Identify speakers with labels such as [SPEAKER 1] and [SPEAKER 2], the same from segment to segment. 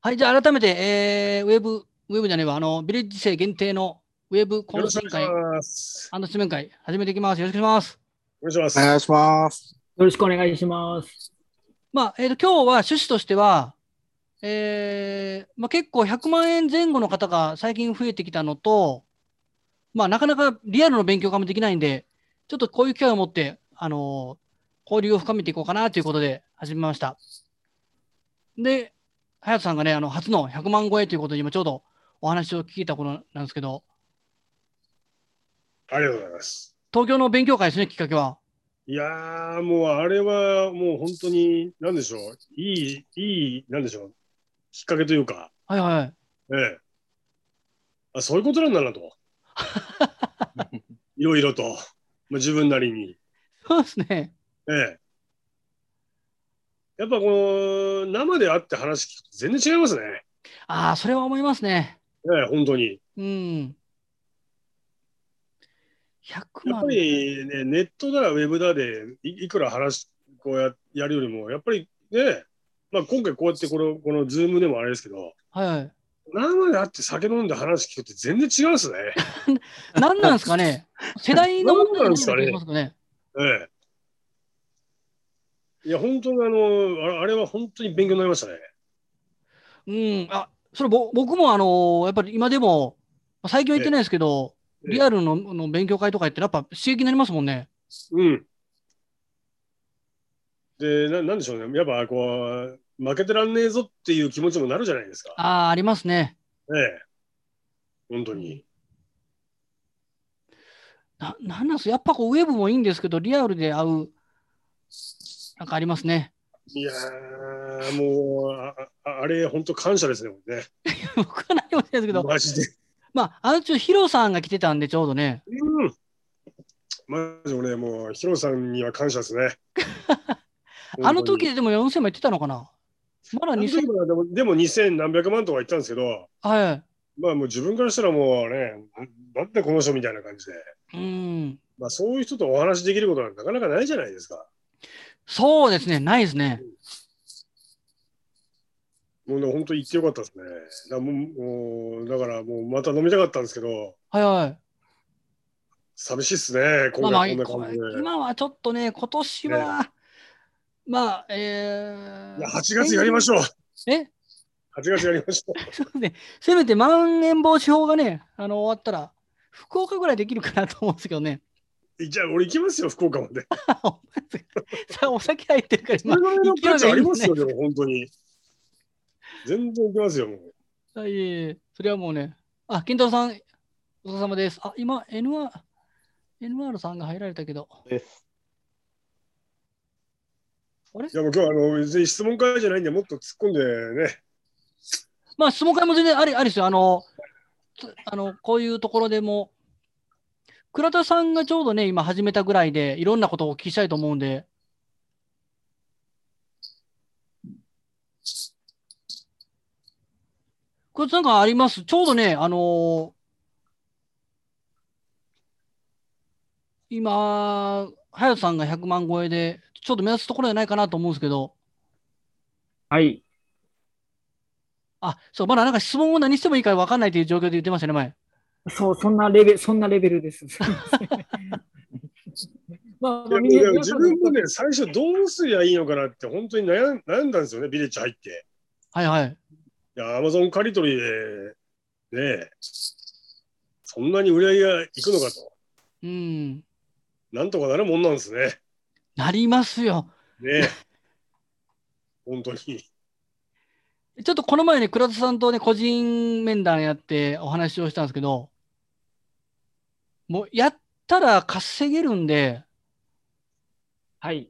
[SPEAKER 1] はい、じゃあ改めて、えーウェブ、ウェブじゃねえわ、あの、ビレッジ生限定のウェブ
[SPEAKER 2] よ
[SPEAKER 1] 懇
[SPEAKER 2] ろし
[SPEAKER 1] 親
[SPEAKER 2] くお願
[SPEAKER 1] 会
[SPEAKER 2] いします。
[SPEAKER 1] 出面会、始めていきます。よろしくお願いします。
[SPEAKER 2] お願いし
[SPEAKER 3] お願
[SPEAKER 2] ま
[SPEAKER 3] い
[SPEAKER 2] す。
[SPEAKER 3] します。
[SPEAKER 4] よろしくお願いします。
[SPEAKER 1] まあ、えーと、今日は趣旨としては、えーまあ、結構100万円前後の方が最近増えてきたのと、まあ、なかなかリアルの勉強会もできないんで、ちょっとこういう機会を持って、あのー交流を深めていこうかなということで始めました。で、隼人さんがね、あの初の100万超えということで、今ちょうどお話を聞いたことなんですけど、
[SPEAKER 2] ありがとうございます。
[SPEAKER 1] 東京の勉強会ですね、きっかけは。
[SPEAKER 2] いやー、もうあれはもう本当に、なんでしょう、いい、いい、なんでしょう、きっかけというか、
[SPEAKER 1] はいはい。
[SPEAKER 2] ええ。あ、そういうことなんだな と。いろいろと、まあ、自分なりに。
[SPEAKER 1] そうですね。
[SPEAKER 2] ええ。やっぱこの生で会って話聞くと全然違いますね。
[SPEAKER 1] ああ、それは思いますね。
[SPEAKER 2] ええ、本当に。
[SPEAKER 1] うん。100
[SPEAKER 2] やっ
[SPEAKER 1] 万
[SPEAKER 2] ぱ。りね、ネットだ、ウェブだで、いいくら話、こうややるよりも、やっぱりね、まあ、今回こうやってこの、このズームでもあれですけど、
[SPEAKER 1] はいはい。
[SPEAKER 2] 生であって酒飲んで話聞くって全然違うんですね。
[SPEAKER 1] 何なんですかね世代の問題
[SPEAKER 2] 何なんですかね
[SPEAKER 1] じゃいますかね。
[SPEAKER 2] ええ。いや、本当にあの、あれあれは本当に勉強になりましたね。
[SPEAKER 1] うん。あ、それぼ僕もあのーやっぱり今でも、まあ最近は行ってないですけど、
[SPEAKER 2] ええ
[SPEAKER 1] リアルのの勉強会とか行ってやっぱ刺激になりますもんね。
[SPEAKER 2] うん。で、ななんでしょうね、やっぱこう、負けてらんねえぞっていう気持ちもなるじゃないですか。
[SPEAKER 1] ああ、ありますね。
[SPEAKER 2] ええ。本当に。
[SPEAKER 1] ななんなんすかやっぱこうウェブもいいんですけど、リアルで会う、なんかありますね。
[SPEAKER 2] いやー、もう、あああれ、本当感謝ですね、もうね。
[SPEAKER 1] 僕は何もしないですけど、
[SPEAKER 2] マジで。
[SPEAKER 1] まあ、あの中、ヒロさんが来てたんで、ちょうどね。。
[SPEAKER 2] うん。マジで俺、もう、ヒロさんには感謝ですね
[SPEAKER 1] あの時でも4000も行ってたのかなまだ
[SPEAKER 2] あの時
[SPEAKER 1] 2000、
[SPEAKER 2] はでも、でも2000何百万とか言ったんですけど、
[SPEAKER 1] は
[SPEAKER 2] まあもう自分からしたらもうね、ななんでこの人みたいな感じで、
[SPEAKER 1] い。うん。
[SPEAKER 2] まあそういう人とお話しできることはなかなかないじゃないですか。
[SPEAKER 1] そうですね、ないですね。
[SPEAKER 2] もうね、本当行ってよかったですね。だからもうもうだからもうまた飲みたかったんですけど、
[SPEAKER 1] はいはい。
[SPEAKER 2] 寂しいっすね、
[SPEAKER 1] ま
[SPEAKER 2] 今
[SPEAKER 1] あまあ、
[SPEAKER 2] 回こんな
[SPEAKER 1] こ
[SPEAKER 2] 感じで。
[SPEAKER 1] 今はちょっとね、今年は、まあ、え
[SPEAKER 2] い
[SPEAKER 1] ー、
[SPEAKER 2] や8月やりましょう。
[SPEAKER 1] え
[SPEAKER 2] 8月やりま しょ
[SPEAKER 1] そうね、せめてまん延防止法がね、あの終わったら、福岡ぐらいできるかなと思うんですけどね。
[SPEAKER 2] う。じゃあ俺行きますよ、福岡 まで。
[SPEAKER 1] さお酒入ってるから
[SPEAKER 2] それ
[SPEAKER 1] 今、
[SPEAKER 2] ぐらいの価値ありますよ、
[SPEAKER 1] 勢いがいいですね
[SPEAKER 2] でも本当に。全然行きますよ、もう。
[SPEAKER 1] はいえいえ、それはもうね。あ、金太郎さん、お疲れ様です。あ、今、NR、NR さんが入られたけど、
[SPEAKER 3] です。
[SPEAKER 1] あれ
[SPEAKER 2] いやもう今日はあの別に質問会じゃないんで、もっと突っ込んでね、
[SPEAKER 1] まあ、質問会も全然ありありですよ。あの、つあのこういうところでも、倉田さんがちょうどね、今始めたぐらいで、いろんなことをお聞きしたいと思うんで。これなんかありますちょうどね、あのー今、隼人さんが100万超えで、ちょっと目指すところじゃないかなと思うんですけど、
[SPEAKER 4] はい。
[SPEAKER 1] あ、そう、まだなんか質問を何してもいいから分かんないという状況で言ってましたね、前。
[SPEAKER 4] そう、そんなレベル、そんなレベル です。すいませんまあ、
[SPEAKER 2] い
[SPEAKER 4] まあ
[SPEAKER 2] や
[SPEAKER 4] みんな
[SPEAKER 2] でも自分もね、最初どうすりゃいいのかなって、本当に悩ん悩んだんですよね、ビレッジ入って。
[SPEAKER 1] はいはい。
[SPEAKER 2] いや、アマゾン借り取りで、ね、そんなに売り上げがいくのかと。
[SPEAKER 1] うん。
[SPEAKER 2] なんとかなるもんなんですね。
[SPEAKER 1] なりますよ。
[SPEAKER 2] ね本当に。
[SPEAKER 1] ちょっとこの前ね、倉田さんとね、個人面談やってお話をしたんですけど、もうやったら稼げるんで、
[SPEAKER 4] はい。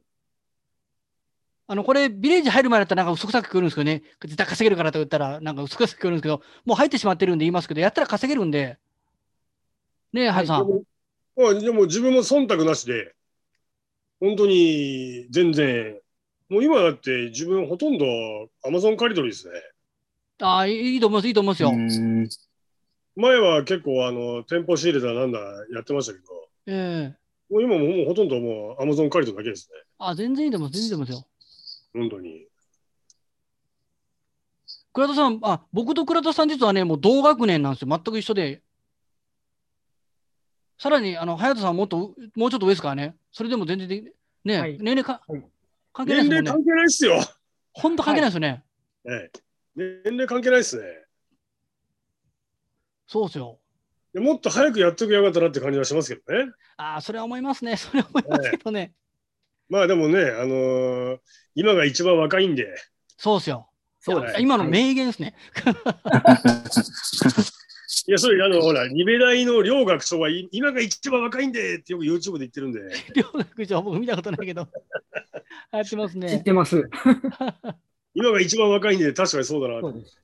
[SPEAKER 1] あの、これ、ビレッジ入る前だったらなんか嘘くさく来るんですけどね、絶対稼げるからと言ったら、なんか嘘くさく来るんですけど、もう入ってしまってるんで言いますけど、やったら稼げるんで、ねえ、ハルさん。
[SPEAKER 2] でもまあでも自分も忖度なしで、本当に全然、もう今だって自分ほとんどアマゾン借り取りですね。
[SPEAKER 1] ああ、いいと思います、いいと思いますよ。
[SPEAKER 3] ん。
[SPEAKER 2] 前は結構あの店舗仕入れだなんだやってましたけど、
[SPEAKER 1] ええ
[SPEAKER 2] もう今ももうほとんどもうアマゾン借り取りだけです
[SPEAKER 1] あ、全然いいと思います、全然いいと思いますよ。
[SPEAKER 2] ね。本当に。
[SPEAKER 1] 倉田さん、あ、僕と倉田さん実はね、もう同学年なんですよ。全く一緒で。さらに、あの、隼人さんはもっと、もうちょっと上ですからね。それでも全然でき、ね、
[SPEAKER 4] はい
[SPEAKER 1] 年齢か、
[SPEAKER 4] はい
[SPEAKER 1] 関係ないで
[SPEAKER 2] 年
[SPEAKER 1] す
[SPEAKER 2] 齢
[SPEAKER 1] もんね。
[SPEAKER 2] 関係ないっすよ。
[SPEAKER 1] ほんと関係ないですよね。
[SPEAKER 2] ええ年齢関係ないっすね。
[SPEAKER 1] そうですよ。
[SPEAKER 2] でもっと早くやっとくやがったなって感じはしますけどね。
[SPEAKER 1] ああ、それは思いますね。それは思いますけどね。
[SPEAKER 2] まあでもね、あのー今が一番若いんで、
[SPEAKER 1] そうですよ。
[SPEAKER 4] そ
[SPEAKER 2] で
[SPEAKER 4] うですす
[SPEAKER 2] ね
[SPEAKER 1] あ今の名言ですね。
[SPEAKER 2] いや、それ、あの、ほら、二部大の両学長は、い今が一番若いんでってよく YouTube で言ってるんで、
[SPEAKER 1] 両学長、僕見たことないけど。 流行ってます
[SPEAKER 4] 知っ
[SPEAKER 1] ね。
[SPEAKER 4] てます。
[SPEAKER 2] 今が一番若いんで、確かにそうだな
[SPEAKER 4] そ
[SPEAKER 2] と
[SPEAKER 4] う。です。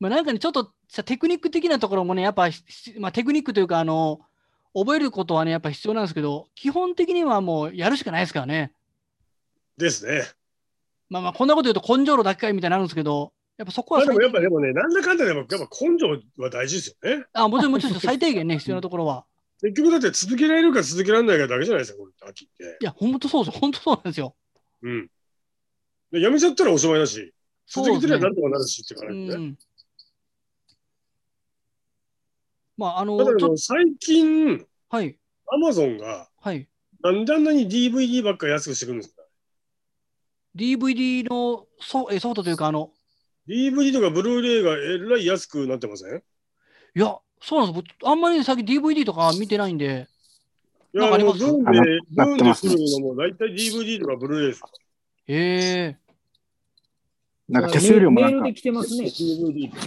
[SPEAKER 1] まあ、なんかね、ちょっとさテクニック的なところもね、やっぱ、ひひまあ、テクニックというか、あの、覚えることはね、やっぱ必要なんですけど、基本的にはもうやるしかないですからね。
[SPEAKER 2] ですね。
[SPEAKER 1] まあまあ、こんなこと言うと根性論だけかいみたいになるんですけど、やっぱそこ
[SPEAKER 2] ま
[SPEAKER 1] は
[SPEAKER 2] あで
[SPEAKER 1] 最
[SPEAKER 2] も
[SPEAKER 1] 低
[SPEAKER 2] やっぱ、でもね、なんだかんだでも、やっぱ根性は大事ですよね。
[SPEAKER 1] あ、もちろん、もちろん最低限ね、必要なと ころは。
[SPEAKER 2] 結局だって続けられるか続けられないかだけじゃないですか、これ、秋って。
[SPEAKER 1] いや、本当そうですよ。本当そうなんですよ。
[SPEAKER 2] うん。でやめちゃったらおしまいだし、
[SPEAKER 1] そう
[SPEAKER 2] 続
[SPEAKER 1] で
[SPEAKER 2] けて
[SPEAKER 1] す
[SPEAKER 2] りゃ
[SPEAKER 1] ね
[SPEAKER 2] なんとかなるしって感
[SPEAKER 1] う
[SPEAKER 2] じね。
[SPEAKER 1] ん。まあ、あの、
[SPEAKER 2] ただ
[SPEAKER 1] ち
[SPEAKER 2] で
[SPEAKER 1] ょ
[SPEAKER 2] も最近、
[SPEAKER 1] はい、
[SPEAKER 2] アマゾンが、
[SPEAKER 1] はい。
[SPEAKER 2] なんであんなに DVD ばっかり安くしてくるんですか
[SPEAKER 1] DVD のソえソフトというか、あの、
[SPEAKER 2] ?DVD とかブルーレイがえらい安くなってませんい
[SPEAKER 1] いや、そうなんです。僕あんまりね最近 DVD とか見てないんで、なん
[SPEAKER 2] や、
[SPEAKER 1] かあり
[SPEAKER 2] も
[SPEAKER 1] ま
[SPEAKER 2] う
[SPEAKER 1] す
[SPEAKER 2] ブーン
[SPEAKER 3] あ
[SPEAKER 2] で、ブ
[SPEAKER 3] なな
[SPEAKER 2] ーン
[SPEAKER 3] っ
[SPEAKER 2] で
[SPEAKER 3] てます
[SPEAKER 2] 来るのも大体 DVD とかブルーレイです。
[SPEAKER 1] ええ
[SPEAKER 3] なんか手数料も
[SPEAKER 4] メ
[SPEAKER 3] な
[SPEAKER 4] ー
[SPEAKER 3] ん
[SPEAKER 4] ル
[SPEAKER 3] か
[SPEAKER 4] で、来てますね、DVD とか。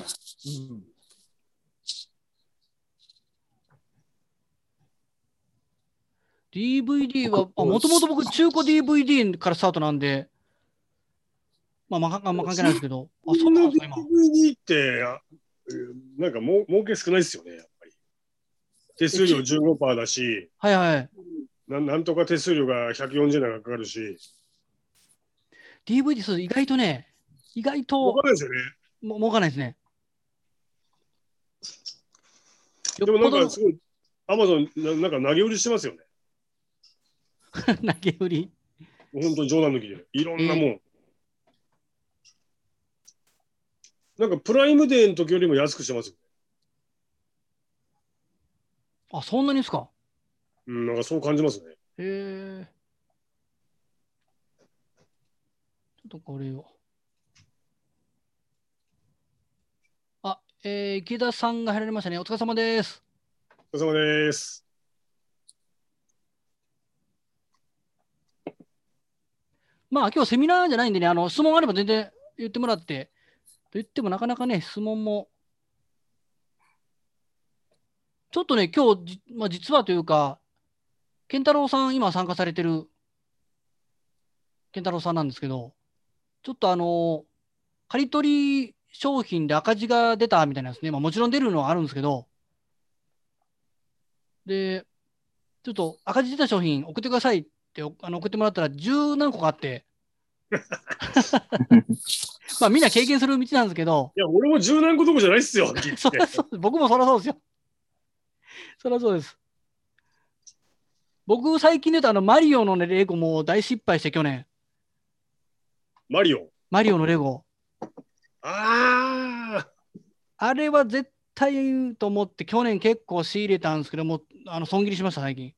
[SPEAKER 1] DVD は、
[SPEAKER 3] 僕
[SPEAKER 1] もともと僕、中古 DVD からスタートなんで、まあ、まあ、あんま関係ないですけど、あ、そ
[SPEAKER 2] そ
[SPEAKER 1] うんな
[SPEAKER 2] なん
[SPEAKER 1] ですか、今。
[SPEAKER 2] DVD って、あうんなんかもう儲け少ないですよね、やっぱり。手数料15%だし、
[SPEAKER 1] はいはい。
[SPEAKER 2] なんなんとか手数料が140円がかかるし、
[SPEAKER 1] DVD、そうです意外とね、意外
[SPEAKER 2] わ
[SPEAKER 1] と
[SPEAKER 2] かんないですよね。
[SPEAKER 1] も儲かんないですね。
[SPEAKER 2] でもなん
[SPEAKER 1] よ
[SPEAKER 2] か
[SPEAKER 1] っ
[SPEAKER 2] すごい、アマゾンなんか投げ売りしてますよね。
[SPEAKER 1] ぽど 投げ売り。
[SPEAKER 2] 本当に冗談抜きで。いろんなもん。なんかプライムデーの時よりも安くしてますよ。
[SPEAKER 1] あ、そんなにですか。
[SPEAKER 2] うん、なんかそう感じますね。
[SPEAKER 1] へえ。ちょっとこれを。あ、えー、池田さんが入られましたね。お疲れ様です。
[SPEAKER 2] お疲れ様です。
[SPEAKER 1] まあ、今日セミナーじゃないんでね、あの、質問あれば全然言ってもらって、と言ってもなかなかね、質問も。ちょっとね、今日じ、まあ、実はというか、健太郎さん、今参加されてる、健太郎さんなんですけど、ちょっとあの、借り取り商品で赤字が出たみたいなんですね。まあ、もちろん出るのはあるんですけど、で、ちょっと赤字出た商品送ってくださいっておあの送ってもらったら十何個かあって。まあみんな経験する道なんですけど、
[SPEAKER 2] いや、俺も柔軟個どこじゃないっすよ。
[SPEAKER 1] そらそう僕もそらそうですよ。そらそうです。僕最近で言うとあのマリオの、ね、レゴも大失敗して去年、
[SPEAKER 2] マリオ。
[SPEAKER 1] マリオのレゴ。
[SPEAKER 2] ああ。
[SPEAKER 1] あれは絶対と思って去年結構仕入れたんですけども、あの損切りしました最近。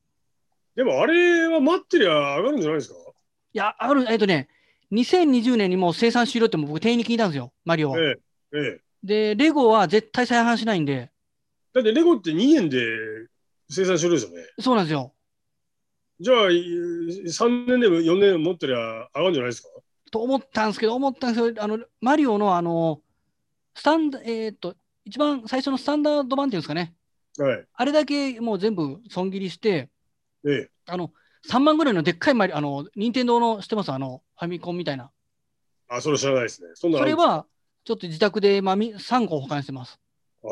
[SPEAKER 2] でもあれは待ってりゃ上がるんじゃないですか。
[SPEAKER 1] いや、ある、えっとね、2020年にもう生産終了ってもう僕店員に聞いたんですよ、マリオは。
[SPEAKER 2] ええ。ええ。
[SPEAKER 1] で、レゴは絶対再販しないんで、
[SPEAKER 2] だってレゴって2年で生産終了ですよね。
[SPEAKER 1] そうなんですよ。
[SPEAKER 2] じゃあ、い3年でも4年持ってりゃ上がるんじゃないですか。
[SPEAKER 1] と思ったんですけど、思ったんですけど、あの、マリオのあの、スタンダ、えーっと、一番最初のスタンダード版っていうんですかね。
[SPEAKER 2] はい。
[SPEAKER 1] あれだけもう全部損切りして、
[SPEAKER 2] ええ。
[SPEAKER 1] あの、3万ぐらいのでっかいマリオ、あの、任天堂の、知ってますあの、ファミコンみたいな。
[SPEAKER 2] あ、それ知らないですね。そんな
[SPEAKER 1] そ
[SPEAKER 2] のあ
[SPEAKER 1] れ
[SPEAKER 2] る
[SPEAKER 1] は、ちょっと自宅で、まあ、み3個保管してます。
[SPEAKER 2] ああ。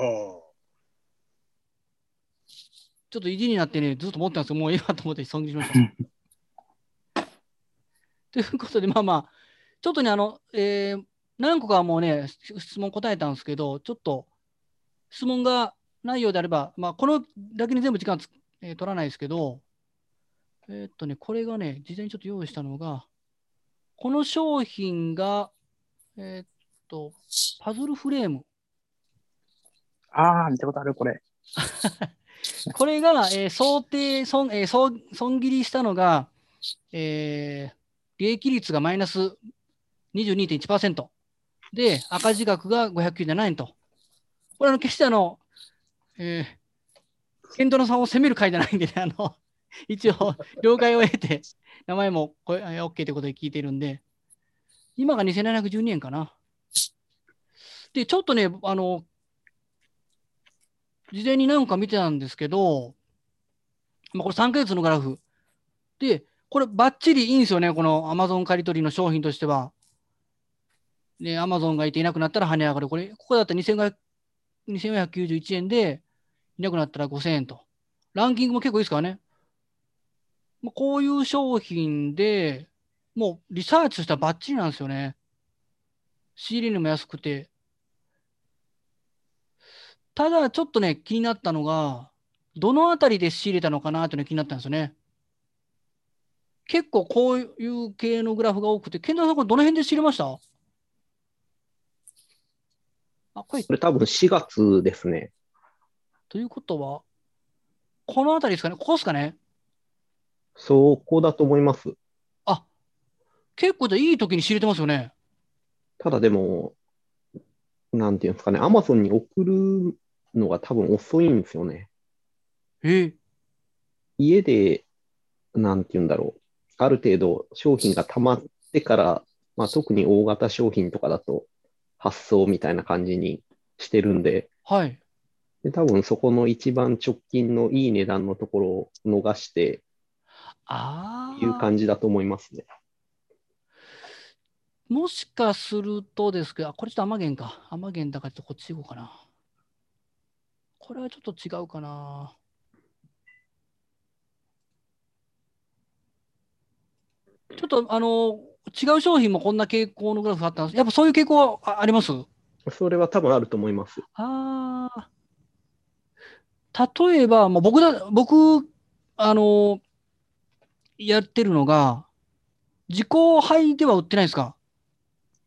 [SPEAKER 1] ちょっと意地になってね、ずっと持ってたんですけど、もういいわと思って損切りしました。 ということで、まあまあ、ちょっとね、あの、えー何個かもうね、質問答えたんですけど、ちょっと質問がないようであれば、まあ、このだけに全部時間つ、えー取らないですけど、えーっとね、これがね、事前にちょっと用意したのが、この商品が、えーっと、パズルフレーム。
[SPEAKER 3] ああ、見たことある、これ。
[SPEAKER 1] これが、えー想定損、えー損、損切りしたのが、えー利益率がマイナス22.1%で、赤字額が597円と。これ、あの、決してあの、えー、ケントロさんを責める会じゃないんでね、あの、一応、了解を得て、名前もこれえー OK ということで聞いてるんで、今が2712円かな。で、ちょっとね、あの、事前に何か見てたんですけど、まあ、これ3ヶ月のグラフ。で、これバッチリいいんですよね、この Amazon 刈り取りの商品としては。で、Amazon がいていなくなったら跳ね上がる。これ、ここだったら2500 2491円で、いなくなったら5000円と。ランキングも結構いいですからね。まあ、こういう商品で、もうリサーチしたらバッチリなんですよね。仕入れにも安くて。ただ、ちょっとね、気になったのが、どのあたりで仕入れたのかなというのが気になったんですよね。結構こういう系のグラフが多くて、健太さん、これどの辺で仕入れましたあ、これ、
[SPEAKER 5] これ多分4月ですね。
[SPEAKER 1] ということは、このあたりですかね、ここですかね。
[SPEAKER 5] そこだと思います。
[SPEAKER 1] あ、結構じゃあいい時に仕入れてますよね。
[SPEAKER 5] ただでも、なんていうんですかね、アマゾンに送るのが多分遅いんですよね。
[SPEAKER 1] え
[SPEAKER 5] 家で、なんていうんだろう、ある程度商品が溜まってから、まあ、特に大型商品とかだと発送みたいな感じにしてるんで、
[SPEAKER 1] はい。
[SPEAKER 5] で多分そこの一番直近のいい値段のところを逃して
[SPEAKER 1] あ
[SPEAKER 5] いう
[SPEAKER 1] あ、
[SPEAKER 5] 感じだと思いますね。
[SPEAKER 1] もしかするとですけど、あ、これちょっと甘源か。甘源だからちょっとこっち行こうかな。これはちょっと違うかな。ちょっとあの、違う商品もこんな傾向のグラフあったんです。やっぱそういう傾向はああります
[SPEAKER 5] それは多分あると思います。
[SPEAKER 1] ああ。例えば、まあ、僕だ、僕、あのやってるのが、自己配では売ってないですか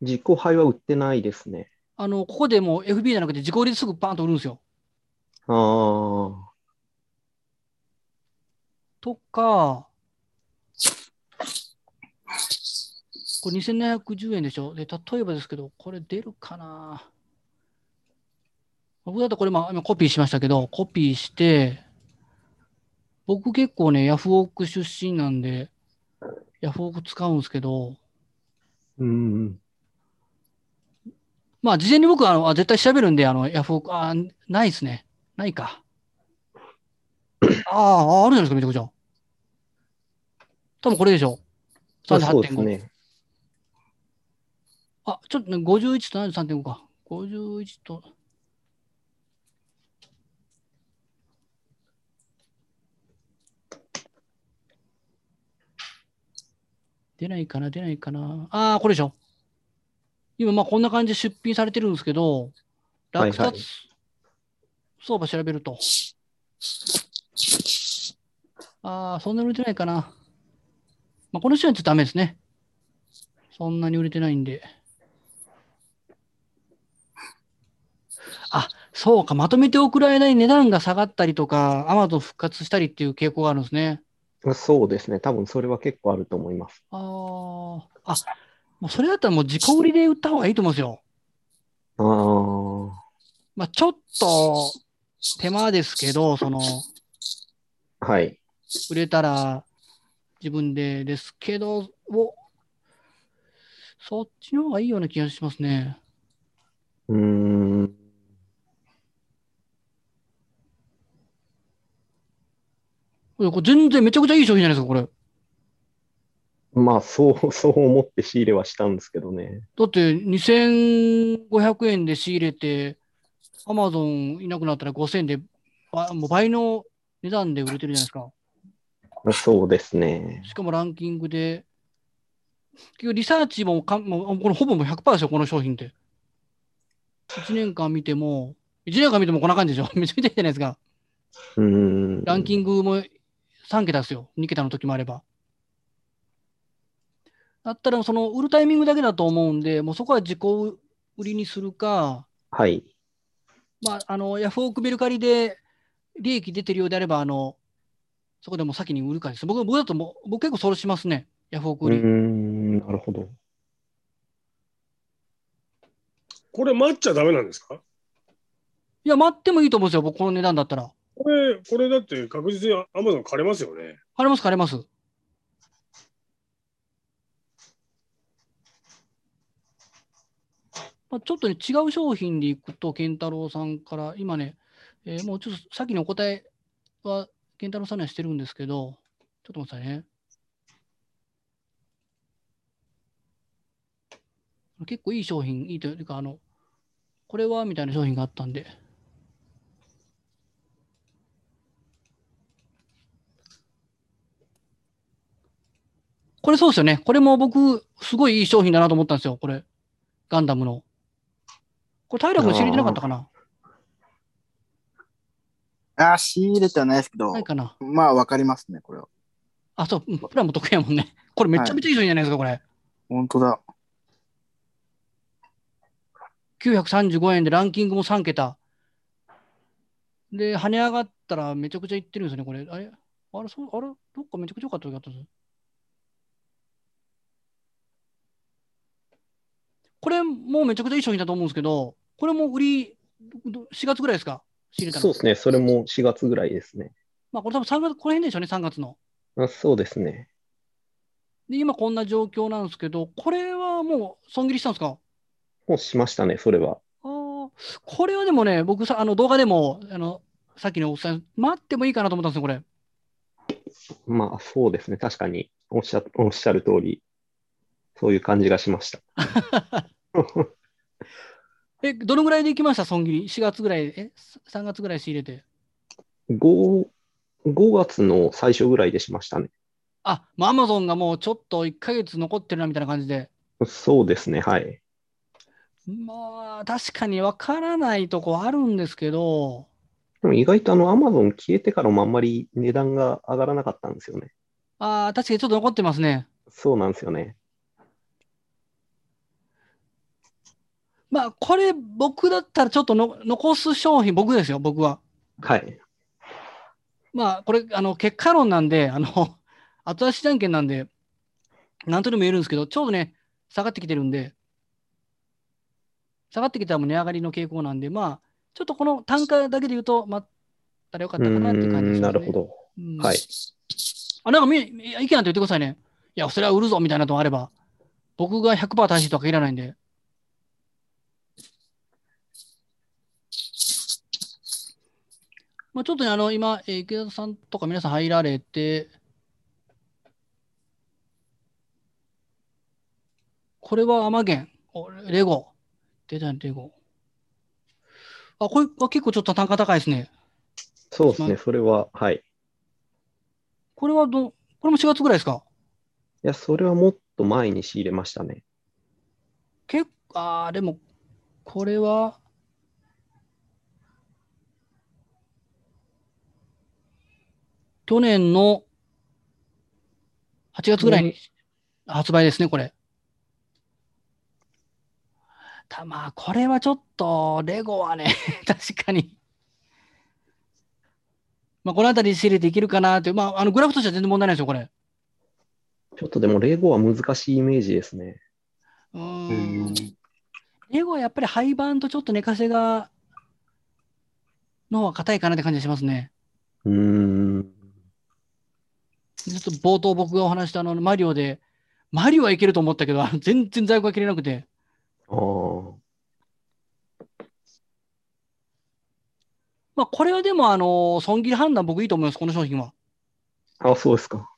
[SPEAKER 5] 自己配は売ってないですね。
[SPEAKER 1] あの、ここでもう FB じゃなくて自己売りですぐバーンと売るんですよ。
[SPEAKER 5] ああ。
[SPEAKER 1] とか、これ2710円でしょ。で、例えばですけど、これ出るかな。僕だとこれ、まあ、今コピーしましたけど、コピーして、僕結構ね、ヤフオク出身なんで、ヤフオク使うんですけど、
[SPEAKER 5] うん。
[SPEAKER 1] まあ、事前に僕はあのあ絶対調べるんで、あの、ヤフオク、あ、ないですね。ない か。ああ、あるじゃないですか、めちゃくちゃ。多分これでしょ。
[SPEAKER 5] まあそうです
[SPEAKER 1] 38.5。
[SPEAKER 5] ね。
[SPEAKER 1] あ、ちょっとね、51と73.5か。51と。出ないかな、出ないかな。ああ、これでしょ。今、まあ、こんな感じで出品されてるんですけど、
[SPEAKER 5] はいはい
[SPEAKER 1] 落札相場調べると。ああ、そんなに売れてないかな。まあ、この人はちょっとダメですね。そんなに売れてないんで。あ、そうか。まとめて送られない値段が下がったりとか、アマゾン復活したりっていう傾向があるんですね。
[SPEAKER 5] そうですね。多分それは結構あると思います。
[SPEAKER 1] あーあ、もうそれだったらもう自己売りで売った方がいいと思うんですよ。
[SPEAKER 5] ああ。
[SPEAKER 1] まあ、ちょっと手間ですけど、その、
[SPEAKER 5] はい。
[SPEAKER 1] 売れたら自分でですけど、おそっちの方がいいような気がしますね。
[SPEAKER 5] うーん。
[SPEAKER 1] いやこれ全然めちゃくちゃいい商品じゃないですか、これ。
[SPEAKER 5] まあ、そう、 そう思って仕入れはしたんですけどね。
[SPEAKER 1] だって2500円で仕入れて、アマゾンいなくなったら5000円で、ばもう倍の値段で売れてるじゃないですか。
[SPEAKER 5] そうですね。
[SPEAKER 1] しかもランキングで、結局リサーチもかんもうこれほぼもう100%ですよ、この商品って。1年間見ても、1年間見てもこんな感じでしょ。 めちゃめちゃいいじゃないですか。
[SPEAKER 5] うーん。
[SPEAKER 1] ランキングも3桁ですよ。2桁の時もあれば。だったら、その売るタイミングだけだと思うんで、もうそこは自己売りにするか、
[SPEAKER 5] はい。
[SPEAKER 1] まあ、あのヤフオクメルカリで利益出てるようであれば、あのそこでもう先に売るかです。僕僕だともう僕結構それしますね、ヤフオク
[SPEAKER 5] う
[SPEAKER 1] 売
[SPEAKER 5] ー
[SPEAKER 1] り。
[SPEAKER 5] ん、なるほど。
[SPEAKER 2] これ待っちゃダメなんですか
[SPEAKER 1] いや、待ってもいいと思うんですよ、僕、この値段だったら。
[SPEAKER 2] これ、これだって確実にアマゾン枯れますよね。
[SPEAKER 1] 枯れます、枯れます。まあ、ちょっとね、違う商品でいくと、健太郎さんから、今ね、えーもうちょっとさっきのお答えは、健太郎さんにはしてるんですけど、ちょっと待ってくださいね。結構いい商品、いいというか、あの、これはみたいな商品があったんで。これそうですよね。これも僕、すごいいい商品だなと思ったんですよ、これ。ガンダムの。これ、平君知りてなかったかな
[SPEAKER 6] あー、仕入れてはないですけど
[SPEAKER 1] な、いかな
[SPEAKER 6] まあわかりますね、これは。
[SPEAKER 1] あ、そう、うんプラも得やもんね。これめちゃめちゃいい商品じゃないですか、これ。
[SPEAKER 6] 本当だ。
[SPEAKER 1] 935円でランキングも3桁。で、跳ね上がったらめちゃくちゃいってるんですよね、これ。あれあれそうあれどっかめちゃくちゃ良かった時あったんですこれもうめちゃくちゃいい商品だと思うんですけど、これも売り、ど4月ぐらいですか仕入れたの。
[SPEAKER 5] そうですね。それも4月ぐらいですね。
[SPEAKER 1] まあこれ多分3月、この辺でしょうね、3月の。
[SPEAKER 5] あそうですね。
[SPEAKER 1] で、今こんな状況なんですけど、これはもう損切りしたんですか
[SPEAKER 5] もうしましたね、それは。
[SPEAKER 1] あーこれはでもね、僕さ、あの動画でも、あの、さっきのおっさん、待ってもいいかなと思ったんですよ、これ。
[SPEAKER 5] まあ、そうですね。確かに、おっしゃ、おっしゃる通り、そういう感じがしました。
[SPEAKER 1] え、どのぐらいで行きました、損切り。4月ぐらい、え、3月ぐらい仕入れて。
[SPEAKER 5] 5、5月の最初ぐらいでしましたね。
[SPEAKER 1] あ、もうアマゾンがもうちょっと1ヶ月残ってるな、みたいな感じで。
[SPEAKER 5] そうですね、はい。
[SPEAKER 1] まあ、確かに分からないとこあるんですけど、
[SPEAKER 5] でも意外とあの、アマゾン消えてからもあんまり値段が上がらなかったんですよね。
[SPEAKER 1] あー確かにちょっと残ってますね。
[SPEAKER 5] そうなんですよね。
[SPEAKER 1] まあ、これ、僕だったらちょっとの残す商品、僕ですよ、僕は。
[SPEAKER 5] はい。
[SPEAKER 1] まあ、これ、あの、結果論なんで、あ の、後出しじゃんけんなんで、なんとでも言えるんですけど、ちょうどね、下がってきてるんで、下がってきたらもう値上がりの傾向なんで、まあ、ちょっとこの単価だけで言うと、まあ、あれよかったかなっていう感じ
[SPEAKER 5] う
[SPEAKER 1] です、ね。
[SPEAKER 5] ーんなるほ。ど。
[SPEAKER 1] うん、
[SPEAKER 5] はい。
[SPEAKER 1] あ、なんかみ、意見なんて言ってくださいね。いや、それは売るぞみたいなのもあれば、僕が100%正しいとは限らないんで。まあ、ちょっとね、あの、今、えー池田さんとか皆さん入られて、これはアマゲン、おレゴ、出たね、レゴ。あ、これは結構ちょっと単価高いですね。
[SPEAKER 5] そうですね、それは、はい。い
[SPEAKER 1] これはど、これも4月ぐらいですか
[SPEAKER 5] や、それはもっと前に仕入れましたね。
[SPEAKER 1] 結構、ああ、でも、これは、去年の8月ぐらいに発売ですね、これ。たまあ、これはちょっと、レゴはね、 確かに。まあ、この辺り仕入れていけるかなという、まあ、あのグラフとしては全然問題ないですよ、これ。
[SPEAKER 5] ちょっとでも、レゴは難しいイメージですね。
[SPEAKER 1] う
[SPEAKER 6] う
[SPEAKER 1] ーん
[SPEAKER 6] ん。。
[SPEAKER 1] レゴはやっぱり廃盤とちょっと寝かせが、の方が硬いかなって感じがしますね。
[SPEAKER 5] うーん。
[SPEAKER 1] ちょっと冒頭僕がお話したあのマリオで、マリオはいけると思ったけど、あの全然在庫が切れなくて。
[SPEAKER 5] ああ。
[SPEAKER 1] まあこれはでもあの、損切り判断僕いいと思います、この商品は。
[SPEAKER 5] あ、そうですか。